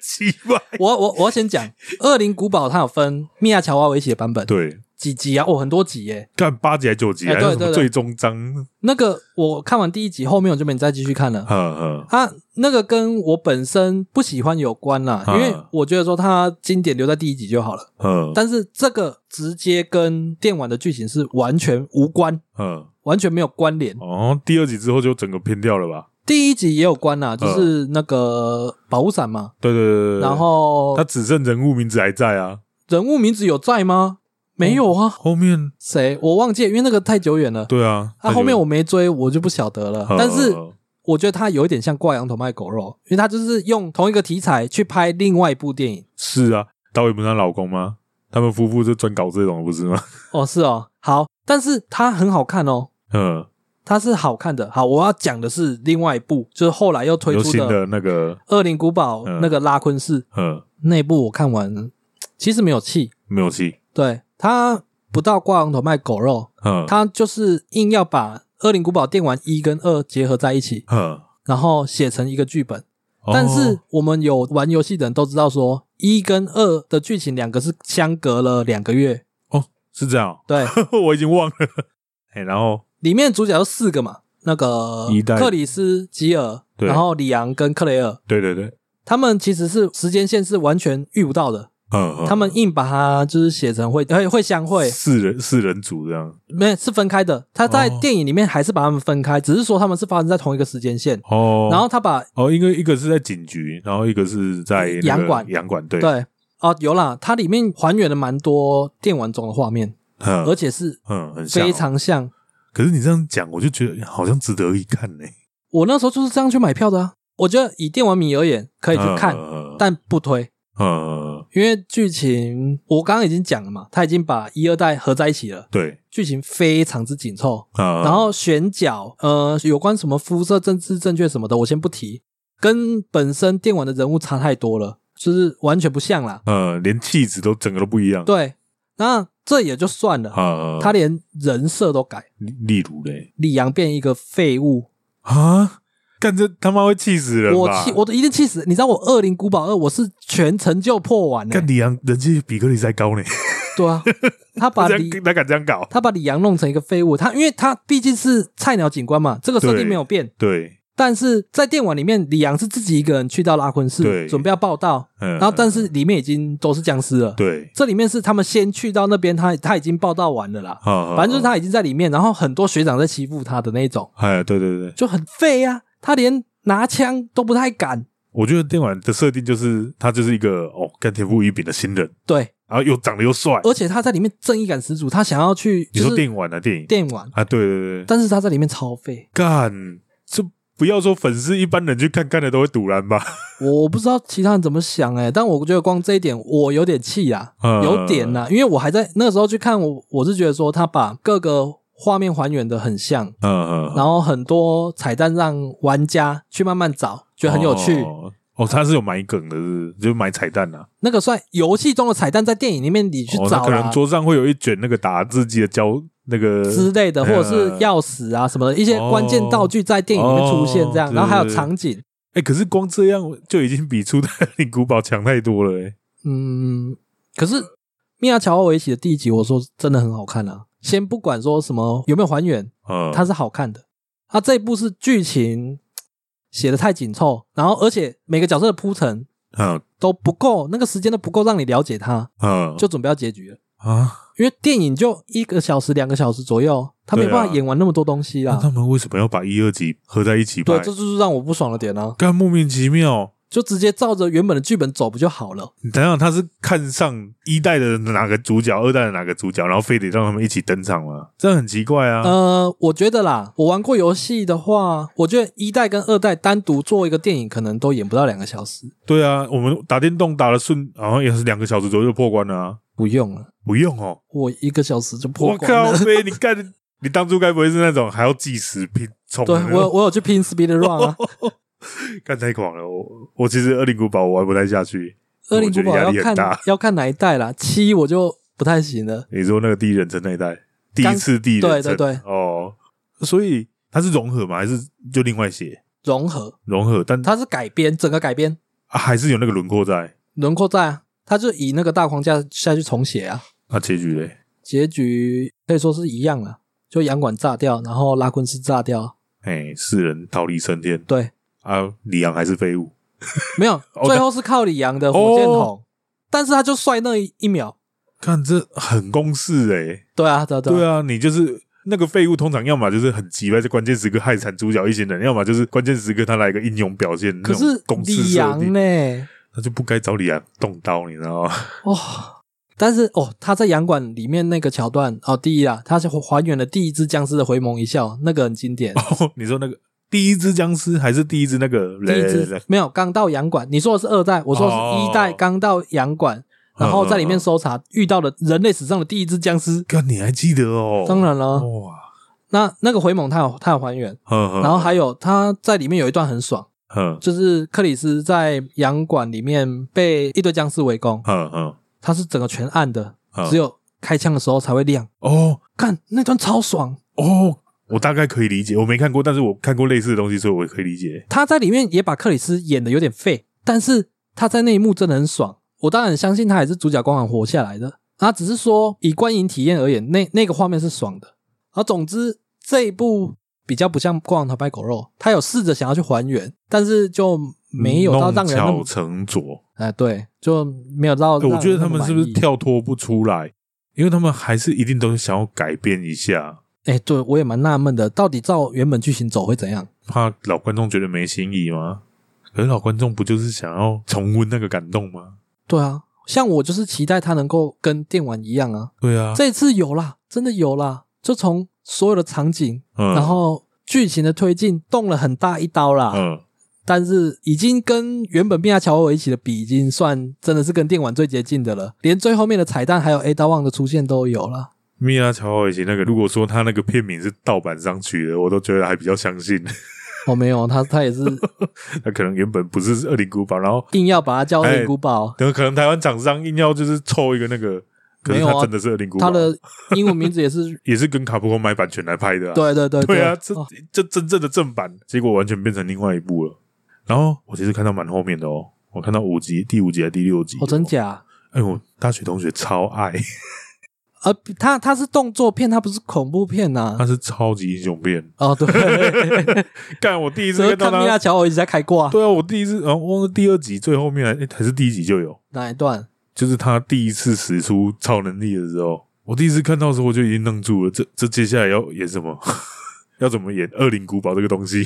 奇怪，
我我我要先讲，《恶灵古堡》它有分米亚乔娃维奇的版本，
对，
几集啊？哦，很多集耶、
干八集还九集，
哎
还有什
对对
么
对
最终章？
那个我看完第一集，后面我就没再继续看了。
呵呵，
啊，那个跟我本身不喜欢有关啦，因
嗯
为我觉得说它经典留在第一集就好了。
嗯
但是这个直接跟电玩的剧情是完全无关，
嗯，
完全没有关联。
哦，第二集之后就整个偏掉了吧？
第一集也有关啦，就是那个保护伞嘛，
对对对嗯对对，
然后
他只剩人物名字还在啊，
人物名字有在吗？没有啊，
后面
谁我忘记了，因为那个太久远了。
对啊，
啊，后面我没追，我就不晓得了。
嗯，
但是
嗯
我觉得它有一点像挂羊头卖狗肉，因为它就是用同一个题材去拍另外一部电影。
是啊，导演不是她老公吗？他们夫妇就专搞这种，不是吗？
哦，是哦，好，但是它很好看哦，
嗯，
它是好看的。好，我要讲的是另外一部，就是后来又推
有
出
新
的《
的那个，
恶灵古堡》
嗯
那个拉昆士、
嗯，
那部，我看完其实没有气，
没有戏，
对它不到挂羊头卖狗肉，
嗯，
它就是硬要把《恶灵古堡》电玩一跟二结合在一起，
嗯，
然后写成一个剧本。
哦
但是我们有玩游戏的人都知道说一跟二的剧情两个是相隔了两个月，
是这样，
对，
我已经忘了。哎，然后
里面主角有四个嘛，那个
一代
克里斯、吉尔，
对
然后里昂跟克雷尔，
对对对，
他们其实是时间线是完全遇不到的，
嗯，嗯
他们硬把它就是写成会会会相会，
四人四人组这样，
没是分开的。他在
哦
电影里面还是把他们分开，只是说他们是发生在同一个时间线。
哦，
然后他把
哦，因为一个是在警局，然后一个是在那个
洋馆
洋馆对，
对哦有啦，它里面还原了蛮多电玩中的画面，而
嗯
且是
嗯，很像哦
非。常像。
可是你这样讲，我就觉得好像值得一看呢。
我那时候就是这样去买票的啊。我觉得以电玩迷而言，可以去看，
嗯
但不推，
嗯，
因为剧情我刚刚已经讲了嘛，他已经把一二代合在一起了，
对，
剧情非常之紧凑。
嗯
然后选角，呃，有关什么肤色、政治正确什么的，我先不提，跟本身电玩的人物差太多了，就是完全不像啦。
呃，连气质都整个都不一样。
对，那这也就算了，
啊，
他连人设都改，
例例如嘞
李阳变一个废物，
啊，干这他妈会气死人吧！
我气，我都一定气死！你知道我《恶灵古堡二》，我是全程就破完的、
干李阳人气比格里赛高呢，
对 啊，他 把
他这
李
样他敢这样搞？
他把李阳弄成一个废物，他因为他毕竟是菜鸟警官嘛，这个设
对
定没有变，
对，
但是在电玩里面，李阳是自己一个人去到拉昆市，
对
准备要报道，
嗯，
然后但是里面已经都是僵尸了。
对，
这里面是他们先去到那边，他他已经报道完了啦，
啊，
反正就是他已经在里面，然后很多学长在欺负他的那一种，
他，哎，对对对，
就很废啊，他连拿枪都不太敢。
我觉得电玩的设定就是他就是一个哦，干天赋异禀的新人，
对，
然后又长得又帅。
而且他在里面正义感十足，他想要去
你
呃就
说
是
电玩啊，电影
电玩，
啊，对对对，
但是他在里面超废，
干这不要说粉丝，一般人去看看的都会堵然吧？
我不知道其他人怎么想哎、但我觉得光这一点我有点气啊，
嗯
有点呐、因为我还在那时候去看我，我是觉得说他把各个画面还原的很像，
嗯嗯，
然后很多彩蛋让玩家去慢慢找，觉
就
得很有趣。
哦，他是有埋梗的，是不是就埋彩蛋呐、啊。
那个算游戏中的彩蛋，在电影里面你去
哦，他
找
可能
啦、
桌上会有一卷那个打字机的胶，那个
之类的，
嗯
或者是钥匙啊什么的一些关键道具在电影里面出现，这样，
哦
然后还有
对对对
场景，
哎、可是光这样就已经比初代 的灵古堡强太多了、欸。
嗯，可是《米娅乔瓦维奇》的第一集，我说真的很好看啊。先不管说什么有没有还原，
嗯，
它是好看的。它这一部是剧情写的太紧凑，然后而且每个角色的铺陈
嗯
都不够，那个时间都不够让你了解他，
嗯，
就准备要结局了。
啊，
因为电影就一个小时、两个小时左右，他没
对啊
办法演完那么多东西
那
啦。
他们为什么要把一二集合在一起拍
对，？这就是让我不爽的点啊！
干莫名其妙。
就直接照着原本的剧本走不就好了？
你想想，他是看上一代的哪个主角，二代的哪个主角，然后非得让他们一起登场吗？这样很奇怪啊。
呃，我觉得啦，我玩过游戏的话，我觉得一代跟二代单独做一个电影，可能都演不到两个小时，对
对啊，我们打电动打了顺，好像也是两个小时左右就破关了啊。
不用了，
不用哦，
我一个小时就破
我
关了
靠。呗！你干， 你当初该不会是那种还要计时拼冲
对
的那
我，
种？
我有去拼 Speed Run 啊，
干太狂了！我我其实《二零古堡》我玩不太下去。
《恶灵
我
古
觉得
堡》
压
要
力很
看
大
要看哪一代啦，七我就不太行了。
你说那个第一人称那一代，第
刚
一次第一人
对
称，
对对
哦，所以它是融合吗？还是就另外写
融合，
融合？但它、
它是改编，整个改编
啊还是有那个轮廓在。
轮廓在啊，它就以那个大框架下去重写啊，
那、结局嘞？
结局可以说是一样了，就洋管炸掉，然后拉昆斯炸掉，
哎，四人逃离升天
对，
啊，里昂还是废物。
没有，
哦
最后是靠李阳的火箭筒，但是他就帅那一一秒。
看这很公式哎、
对啊，对啊，对
对
啊，
啊，你就是那个废物，通常要么就是很急败，在关键时刻害惨主角一行人，要么就是关键时刻他来一个英勇表现。
可
那
是
种公式
李
设
阳
定，
呢？
他就不该找里昂动刀，你 知道吗？
哦，但是哦，他在洋馆里面那个桥段哦，第一啊，他是还原了第一只僵尸的回眸一笑，那个很经典。
哦，你说那个第一只僵尸还是第一只那个？
第一
来来来
只没有刚到洋馆，你说的是二代，我说的是一代
哦嗯
刚到洋馆，然后在里面搜查遇到了人类史上的第一只僵尸。
哥，你还记得哦？嗯
当然啊了，
哇，
那那个回眸他有他有还原，然
然
后还有他在里面有一段很爽。
嗯
就是克里斯在洋馆里面被一堆僵尸围攻，
嗯嗯
他是整个全暗的，
嗯，
只有开枪的时候才会亮。
哦
看那段超爽，
哦，我大概可以理解，我没看过，但是我看过类似的东西，所以我可以理解。
他在里面也把克里斯演的有点废，但是他在那一幕真的很爽。我当然相信他也是主角光环活下来的，他只是说以观影体验而言，那那个画面是爽的。而总之这一部比较不像《灌篮高手卖狗肉》，他有试着想要去还原，但是就没有到让人那
弄巧
么
成拙，
哎、对，就没有到
欸
哦让人那么满意、
我觉得他们是不是跳脱不出来？因为他们还是一定都想要改变一下，
哎，对我也蛮纳闷的，到底照原本剧情走会怎样？
怕老观众觉得没新意吗？可是老观众不就是想要重温那个感动吗？
对啊，像我就是期待它能够跟电玩一样啊。
对啊，
这次有啦，真的有啦，就从所有的场景，
嗯
然后剧情的推进动了很大一刀啦。
嗯，
但是已经跟原本《密亚乔维维奇》的比，已经算真的是跟电玩最接近的了。连最后面的彩蛋还有 A 刀旺的出现都有啦。
米拉乔瓦以前那个，如果说他那个片名是盗版上取的，我都觉得还比较相信。
哦，没有，他他也是
那可能原本不是二零古堡，然后
硬要把它叫《
哎
恶古堡
等可能台湾厂商硬要就是凑一个那个，可
没
是
有啊
他真的是二零 古》，堡，
他的英文名字也 是
也是跟卡普空买版权来拍的、啊。
对对对
对啊，这、
哦
这真正的正版，结果完全变成另外一部了。然后我其实看到蛮后面的哦，我哦看到五集，第五集还是第六集。
哦，真？假？
哎，我大学同学超爱，
呃，它它是动作片，它不是恐怖片呐、
它是超级英雄片。
哦， 对，
干，我第一次
只是
看到
看米
他
拉，乔我一直在开挂
对啊，我第一次，然后忘了第二集最后面还、诶哎还是第一集就有，
哪一段？
就是他第一次使出超能力的时候，我第一次看到的时候我就已经愣住了，这这接下来要演什么？ 要怎么演恶灵古堡这个东西？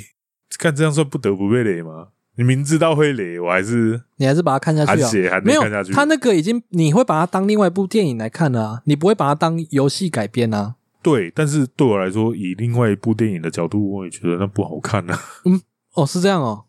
看这样算不得不被雷吗？你明知道会雷，我还是
你还是把它看下
含
去啊？
血含
没
泪
有
看下，去。
它那个已经你会把它当另外一部电影来看了啊，你不会把它当游戏改编啊？
对，但是对我来说，以另外一部电影的角度，我也觉得那不好看啊。
哦，是这样哦，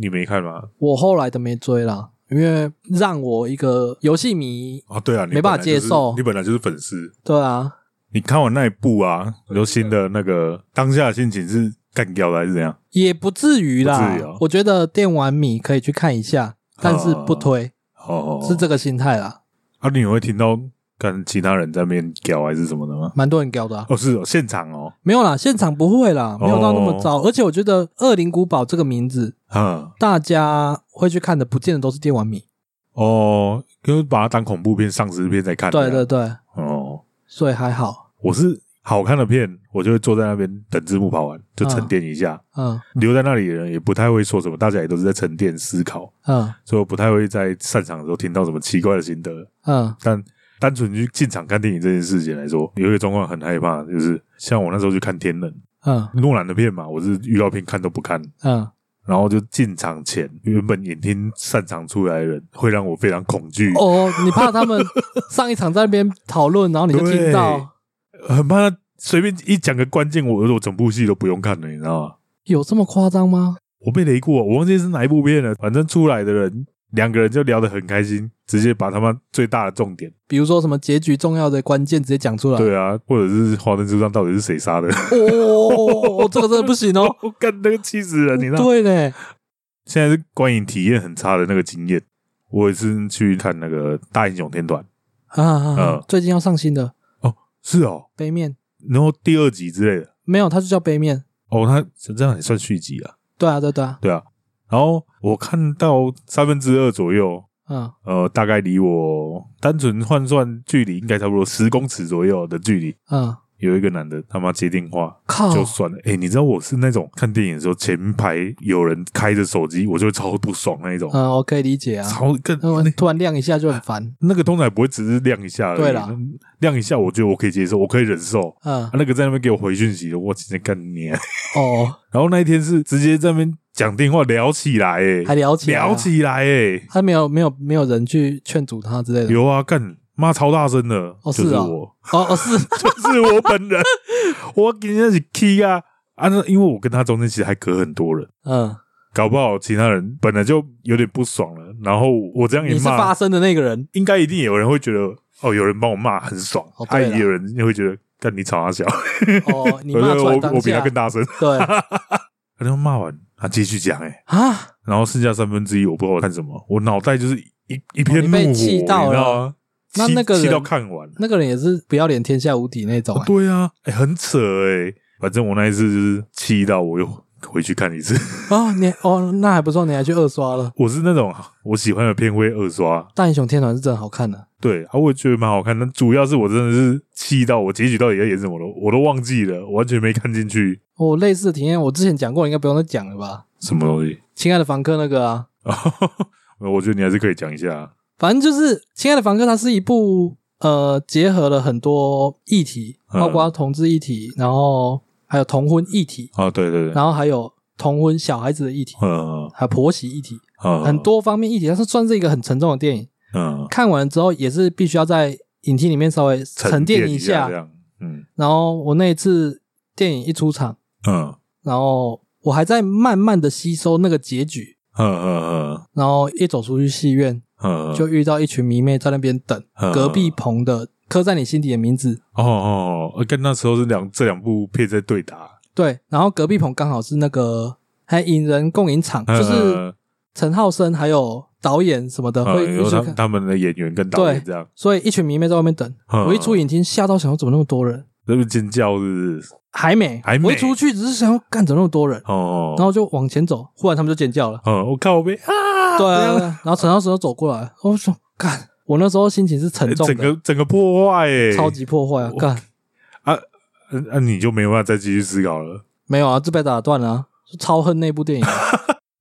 你没看吗？
我后来都没追啦，因为让我一个游戏迷，
啊，对啊，你
没办法
本来就是
接受
你本来就是粉丝，
对啊，
你看完那一部啊，你说新的那个当下的心情是干掉的还是怎样？
也不至于
不
啦。
至于哦
我觉得电玩迷可以去看一下，但是不推，
哦，
是这个心态啦，
啊，你有会听到跟其他人在那边屌还是什么的吗？
蛮多人搞的、啊。
哦，是哦，现场哦，
没有啦，现场不会啦，没有到那么糟。而且我觉得《恶灵古堡》这个名字，
嗯，
大家会去看的，不见得都是电玩迷。
哦，就是把它当恐怖片、丧尸片在看的啊。
对对对，
哦，
所以还好。
我是好看的片，我就会坐在那边等字幕跑完，就沉淀一下。
嗯
留在那里的人也不太会说什么，大家也都是在沉淀思考，
嗯
所以我不太会在散场的时候听到什么奇怪的心得。
嗯
但单纯去进场看电影这件事情来说，有一个状况很害怕，就是像我那时候去看《天冷》
嗯
诺兰的片嘛，我是预告片看都不看，
嗯，
然后就进场前，原本影厅散场出来的人会让我非常恐惧，
哦，你怕他们上一场在那边讨论，然后你就听到
很怕他随便一讲个关键，我我整部戏都不用看了，你知道吗？
有这么夸张吗？
我被雷过，我忘记是哪一部片了。反正出来的人两个人就聊得很开心，直接把他们最大的重点，
比如说什么结局重要的关键直接讲出来。
对啊，或者是华灯初上到底是谁杀的？
哦，这个真的不行哦。
我干，那个气死人！你知道，
对嘞，
现在是观影体验很差的那个经验。我也是去看那个《大英雄天团》，
啊啊，啊
嗯
最近要上新的《
是哦，
杯面》，
然后第二集之类的。
没有，它就叫《杯面》。
哦，他这样也算续集啊，
对啊，对对啊，
对啊。然后我看到三分之二左右，
嗯
呃，大概离我单纯换算距离应该差不多十公尺左右的距离，
嗯，
有一个男的他妈接电话
靠，
就算了。哎、你知道我是那种看电影的时候前排有人开着手机，我就会超不爽那一种，
嗯，我可以理解啊。
超更、
嗯
那
突然亮一下就很烦。
那个通常也不会只是亮一下而已，
对啦，
亮一下我觉得我可以接受，我可以忍受。
嗯
啊，，那个在那边给我回讯息，我直接干你、啊。
哦，
然后那一天是直接在那边讲电话聊起来、欸，
还聊起来啊
聊，起来、欸，
他没有没有没有人去劝阻他之类的。
有啊，干妈超大声的，
哦
就是
是啊
我。
哦哦是，
就是我本人，我跟人家是 key 啊啊！那因为我跟他中间其实还隔很多人，
嗯，
搞不好其他人本来就有点不爽了，然后我这样
你
一
是发
骂，
声的那个人。
应该一定有人会觉得哦，有人帮我骂很爽，
哦
啊，
对啦
也有人就会觉得干你吵他小，
哦， 你
我
骂出来
我
当
我比他
下，
更大声，
对
他就骂完，他继续讲哎、欸
啊，
然后剩下三分之一我不知道我看什么，我脑袋就是一一
哦
片
你
怒火，
被
你
气
知
到了
道吗？
那
气
那个人
气到看完，
那个人也是不要脸天下无敌那种
啊。对啊，哎、很扯哎、反正我那一次就是气到我又回去看一次。
哦，你哦那还不错，你还去二刷了。
我是那种我喜欢的片会二刷，
大英雄天团是真的好看的，
对啊，我也觉得蛮好看。但主要是我真的是气到我结局到底要演什么了，我都忘记了，完全没看进去
我、哦类似的体验我之前讲过，应该不用再讲了吧？
什么东西。
亲爱的房客那个啊，
呃我觉得你还是可以讲一下。
反正就是《亲爱的房客》，它是一部呃结合了很多议题，
嗯
包括同志议题，然后还有同婚议题，
啊，对对对，
然后还有同婚小孩子的议题，
嗯
还有婆媳议题，
嗯，
很多方面议题，它是算是一个很沉重的电影。
嗯
看完之后也是必须要在影厅里面稍微沉淀
一
一
这样，嗯
然后我那一次电影一出场，
嗯
然后我还在慢慢的吸收那个结局，
嗯嗯
然后一走出去戏院，
嗯，
就遇到一群迷妹在那边等
嗯
隔壁棚的《刻在你心底的名字》。
哦哦，哦跟那时候是两这两部片在对打，
对，然后隔壁棚刚好是那个还引人共饮场，就是
嗯
陈浩生还有导演什么的
嗯
会
嗯
一
有
起
他
看，
他们的演员跟导演
对
这样，
所以一群迷妹在外面等。
嗯
我一出影厅吓到，想说怎么那么多人？
那边尖叫是不是？
还没，
还没
我一出去只是想说干怎么那么多人，
哦，
然后就往前走，忽然他们就尖叫了。
嗯，我靠我被啊，
对
这
啊，
样
对啊然后陈浩生就走过来，我说干。我那时候心情是沉重
整
的，
个整个破坏哎、
超级破坏啊！
我
干，
呃那、你就没办法再继续思考了。
没有啊，就被打断了、啊，就超恨那部电影啊。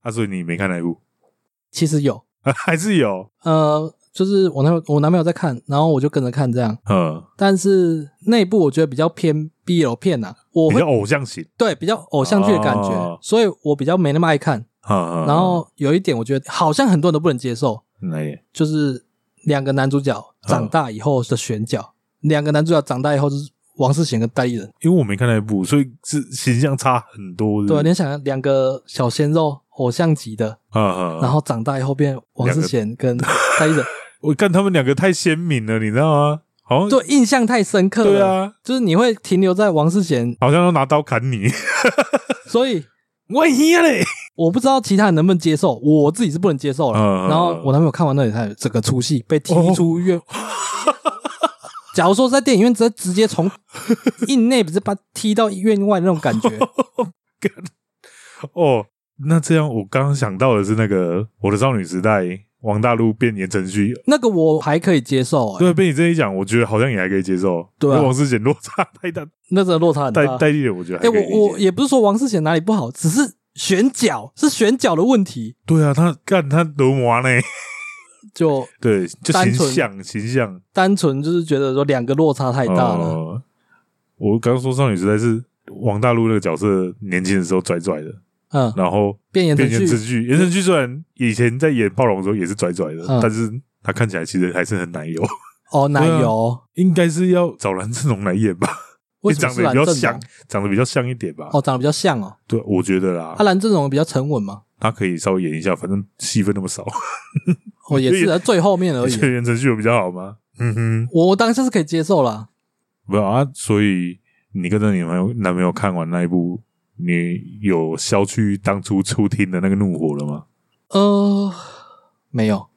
啊，所以你没看那一部，
其实有，
啊、还是有，
呃，就是我男我男朋友在看，然后我就跟着看这样。
嗯，
但是那部我觉得比较偏 BL 片呐、啊，我
比
会
较偶像型，
对比较偶像剧的感觉，
哦
所以我比较没那么爱看。
嗯，嗯
然后有一点我觉得好像很多人都不能接受，
嗯哎、
就是两个男主角长大以后的选角，两个男主角长大以后就是王世贤跟戴立人，
因为我没看那一部，所以是形象差很多。
对啊，
嗯
你想两个小鲜肉偶像级的，
嗯，
然后长大以后变王世贤跟戴 立人，
我看他们两个太鲜明了，你知道吗？好像
对，印象太深刻了，
对，啊，
就是你会停留在王世贤，
好像要拿刀砍你，
所以
我呀嘞，
我不知道其他人能不能接受，我自己是不能接受了。
嗯嗯哦
然后我男朋友看完那里，他整个出戏被踢出院。 假如说在电影院直接直接从 院内不是把踢到院外那种感觉，
哦，那这样我刚刚想到的是那个《我的少女时代》，王大陆变言承旭，
那个我还可以接受、欸，
对，被你这一讲，我觉得好像也还可以接受。
对啊
跟王世贤落差太大，
那真的落差很大。
代代理人我觉得
哎、
还可以理解。
我我也不是说王世贤哪里不好，只是选角是选角的问题，
对啊，他干他罗 摩呢？
就
对，就
单
形
纯
象形象
单纯就是觉得说两个落差太大了。
哦我刚刚说少女时代是王大陆那个角色年轻的时候拽拽的，
嗯，
然后
变言
变
成
成之
剧，
剧，言承旭虽然以前在演暴龙的时候也是拽拽的，
嗯
但是他看起来其实还是很奶 油，
哦，奶
对啊
油，
应该是要找蓝正龙来演吧？
为什么
长
是
得
蓝
比较
正
像
龙？，
长得比较像一点吧？
哦，长得比较像哦。
对，我觉得啦
啊，，蓝正龙比较沉稳嘛。
他可以稍微演一下，反正戏份那么少，
哦，也是在最后面而
你
已
觉。得言承旭有比较好吗？嗯哼，
我当下是可以接受啦，
没有啊，所以你跟着你男朋友男朋友看完那一部，你有消去当初初听的那个怒火了吗？
呃，没有，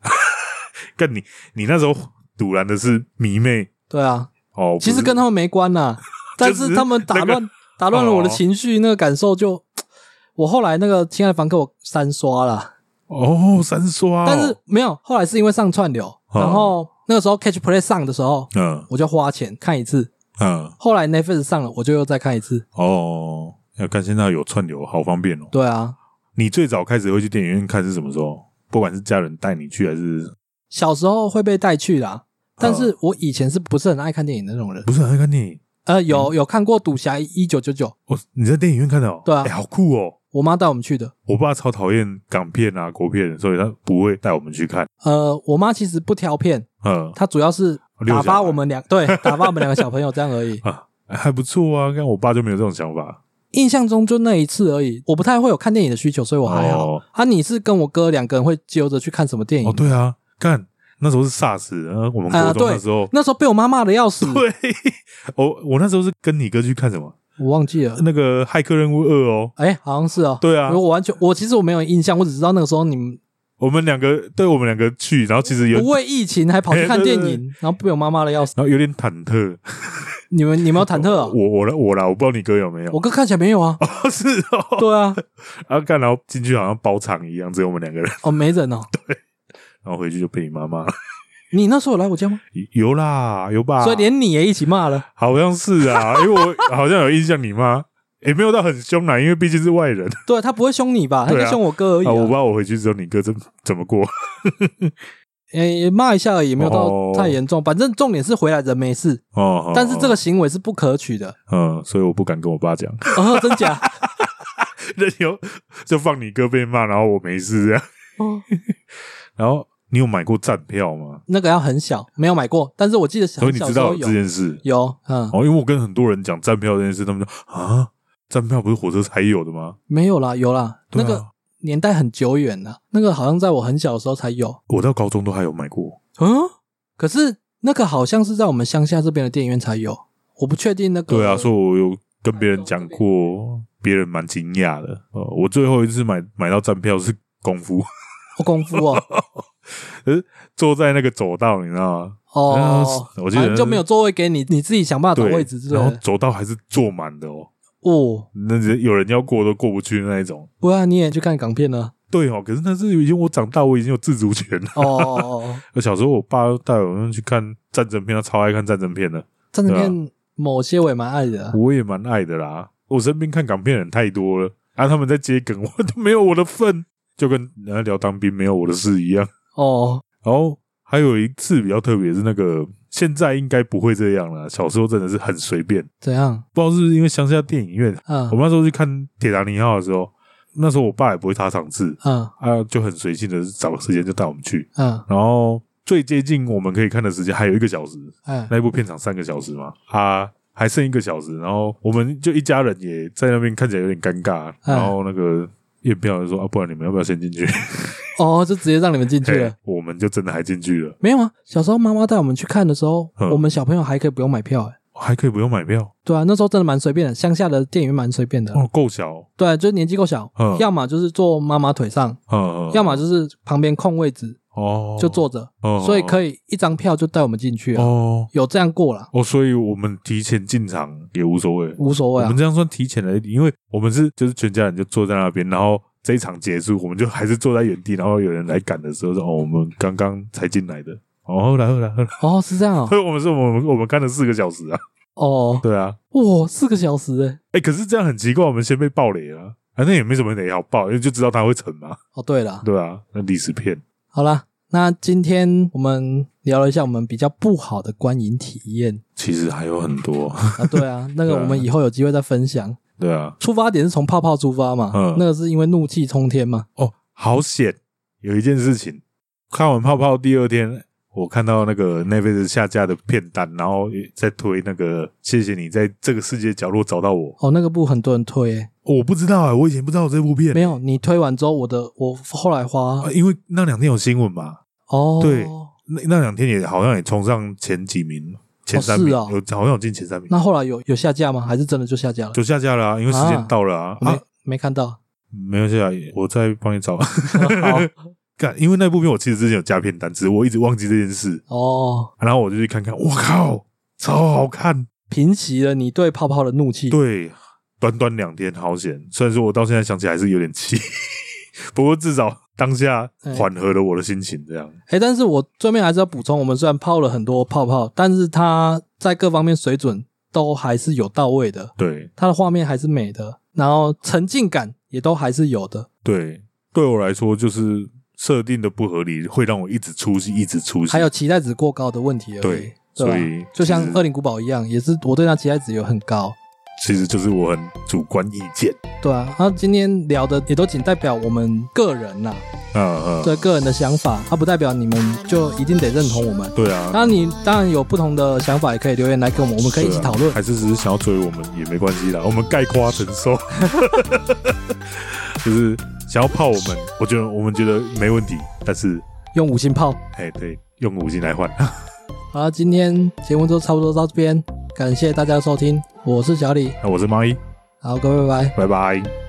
跟你你那时候堵然的是迷妹
对啊，
哦，
其
不
实
是
跟他们没关 啦，但
只
是
是
他们打
那个
乱打乱了我的
哦
情绪，那个感受就，我后来那个《亲爱的房客》我三刷啦，
哦三刷哦、哦
但是没有，后来是因为上串流，然后那个时候 Catch Play 上的时候，
嗯
我就花钱看一次，
嗯
后来 Netflix 上了，我就又再看一次，
哦，要看现在有串流，好方便哦。
对啊，
你最早开始会去电影院看是什么时候？不管是家人带你去还是
小时候会被带去啦。但
哦
是我以前是不是很爱看电影的那种人？
不是很爱看电影？
呃，
嗯
有有看过《赌侠一九九九》，
哦，你在电影院看的哦？
对啊
哎好酷哦！
我妈带我们去的。
我爸超讨厌港片啊、国片，所以他不会带我们去看。
呃，我妈其实不挑片，
嗯，
她主要是打
遛小孩
发我们两对打发我们两个小朋友这样而已。
啊，还不错啊。但我爸就没有这种想法。
印象中就那一次而已，我不太会有看电影的需求，所以我还好。
哦
啊，你是跟我哥两个人会揪着去看什么电影？
哦，对啊，干那时候是 SARS，呃，我们
嗯啊
国中
对
那时候，
那时候被我妈骂的要死，
对， 哦我我那时候是跟你哥去看什么？
我忘记了。
那个《骇客任务二》哦。
哎、好像是哦。
对啊
我完全我其实我没有印象，我只知道那个时候你们
我们两个，对我们两个去，然后其实有，
不为疫情还跑去看电影，
哎对哦
然后被我妈骂的要死。
然后有点忐忑。
你们你们有忐忑啊、
我我啦我啦，我不知道你哥有没有
我。哥看起来没有啊。
哦， 是哦。
对啊，
然后干，然后进去好像包场一样，只有我们两个人。
哦没人哦。
然后回去就被你妈骂。
你那时候有来我家吗？
有啦，有吧？
所以连你也一起骂了。
好像是啊，因为我好像有印象你妈，也没有到很凶啦，因为毕竟是外人。
对他不会凶你吧？他
对啊
就凶我哥而已、
啊，我不知
啊，
道我回去之后你哥怎怎么过。
诶、骂一下而已，没有到
哦
太严重。反正重点是回来人没事，
哦，
但是这个，行为是不可取 的。
嗯，所以我不敢跟我爸讲，
哦，真假？
那有就放你哥被骂，然后我没事这样。
哦，
然后你有买过站票吗？
那个要很小，没有买过，但是我记得
所以
很
你
小
知
时
道
候
有
有
这件事
有，嗯，
哦，因为我跟很多人讲站票这件事，他们说啊，站票不是火车才有的吗？
没有啦，有啦，
对
那
啊
个年代很久远了，那个好像在我很小的时候才有。
我到高中都还有买过，
嗯，可是那个好像是在我们乡下这边的电影院才有，我不确定那个。
对啊，所以我有跟别人讲过，别人蛮惊讶的。呃，我最后一次买买到站票是功夫，
哦功夫哦，
坐在那个走道，你知道吗？
哦，
我记得
反正就没有座位给你，你自己想
哦
办法找位置之类
然后
的。
走道还是坐满的哦，
哦，
那有人要过都过不去的那一种。
不然你也去看港片了。
对哦，可是那是已经我长大，我已经有自主权了。
哦哦哦，哦
我小时候我爸带我去看战争片，他超爱看战争片的，
战争片某些我也蛮爱的啊，
我也蛮爱的啦。我身边看港片的人太多了，啊，他们在接梗，我都没有我的份，就跟人家聊当兵没有我的事一样。
哦，
然后还有一次比较特别是那个，现在应该不会这样了，小时候真的是很随便，
怎样？
不知道是不是因为乡下电影院，
嗯
我们那时候去看《铁达尼号》的时候，那时候我爸也不会查场次，
嗯
啊，就很随性的找个时间就带我们去，
嗯
然后最接近我们可以看的时间还有一个小时，
哎
那一部片场三个小时嘛，啊，还剩一个小时，然后我们就一家人也在那边看起来有点尴尬，
嗯
然后那个验票就说啊，不然你们要不要先进去？
哦，就直接让你们进去
对
了。，
我们就真的还进去了，
没有啊，小时候妈妈带我们去看的时候，
嗯
我们小朋友还可以不用买票、欸，
哦还可以不用买票
对啊，那时候真的蛮随便的，乡下的电影院蛮随便的，
哦，够小，
对啊，就是年纪够小，
嗯
要么就是坐妈妈腿上，
嗯，嗯
要么就是旁边空位置
哦
就，坐着，
哦
所以可以一张票就带我们进去啊，
哦
有这样过啦，
哦，所以我们提前进场也无所谓，
无所谓
我
啊
们，这样算提前了一点，因为我们是就是全家人就坐在那边，然后这一场结束，我们就还是坐在原地，然后有人来赶的时候说：“哦，我们刚刚才进来的。”哦，后来后来后来，
哦，是这样哦
所，以 我们是我们我们看了四个小时啊，
哦，
对啊，
哇，四个小时、欸，
哎，可是这样很奇怪，我们先被爆雷了。反正也没什么雷好爆，因为就知道它会成嘛，
哦，对啦，
对啊，那历史片
好啦，那今天我们聊了一下我们比较不好的观影体验
其实还有很多，
啊，对 啊，那个
对啊
我们以后有机会再分享。
对啊，
出发点是从泡泡出发嘛，
嗯
那个是因为怒气冲天嘛，
哦，好险！有一件事情，看完泡泡第二天，我看到那个 Netflix 下架的片单，然后也在推那个“谢谢你在这个世界角落找到我
哦，那个部很多人推、欸，”
我不知道啊、我以前不知道有这部片
没，有，你推完之后，我的我后来花
啊因为那两天有新闻嘛，
哦，
对那那两天也好像也冲上前几名，前三名，
哦是
有好像有进前三名，
那后来有有下架吗？还是真的就下架了？
就下架了、啊，因为时间到了啊
我没、
啊，
没看到。
没有下架，我再帮你找。
好
看，因为那部片我其实之前有加片单，只是我一直忘记这件事。
哦，
然后我就去看看，我靠，超好看！
平息了你对泡泡的怒气。
对，短短两天，好险！虽然说我到现在想起来还是有点气，不过至少当下缓和了我的心情。这样，
哎，但是我最面还是要补充，我们虽然泡了很多泡泡，但是它在各方面水准都还是有到位的，
对
它的画面还是美的，然后沉浸感也都还是有的，
对，对我来说就是设定的不合理，会让我一直出戏，一直出戏。
还有期待值过高的问题而已。
对，
对吧
所以
就像
其
《
实
恶灵古堡》一样，也是我对它期待值有很高。
其实就是我很主观意见。
对啊，然后今天聊的也都仅代表我们个人啦，
嗯嗯，
对个人的想法，它不代表你们就一定得认同我们。
对啊，
那你当然有不同的想法，也可以留言来跟我们，我们可以一起讨
对
论
啊。还是只是想要追我们也没关系啦，我们概括承 受，就是想要泡我们，我觉得我们觉得没问题，但是
用五星炮。
哎，对，用五星来换，
好了，今天节目就差不多到这边，感谢大家的收听，我是小李，
那我是猫一，
好，各位拜拜。
拜拜。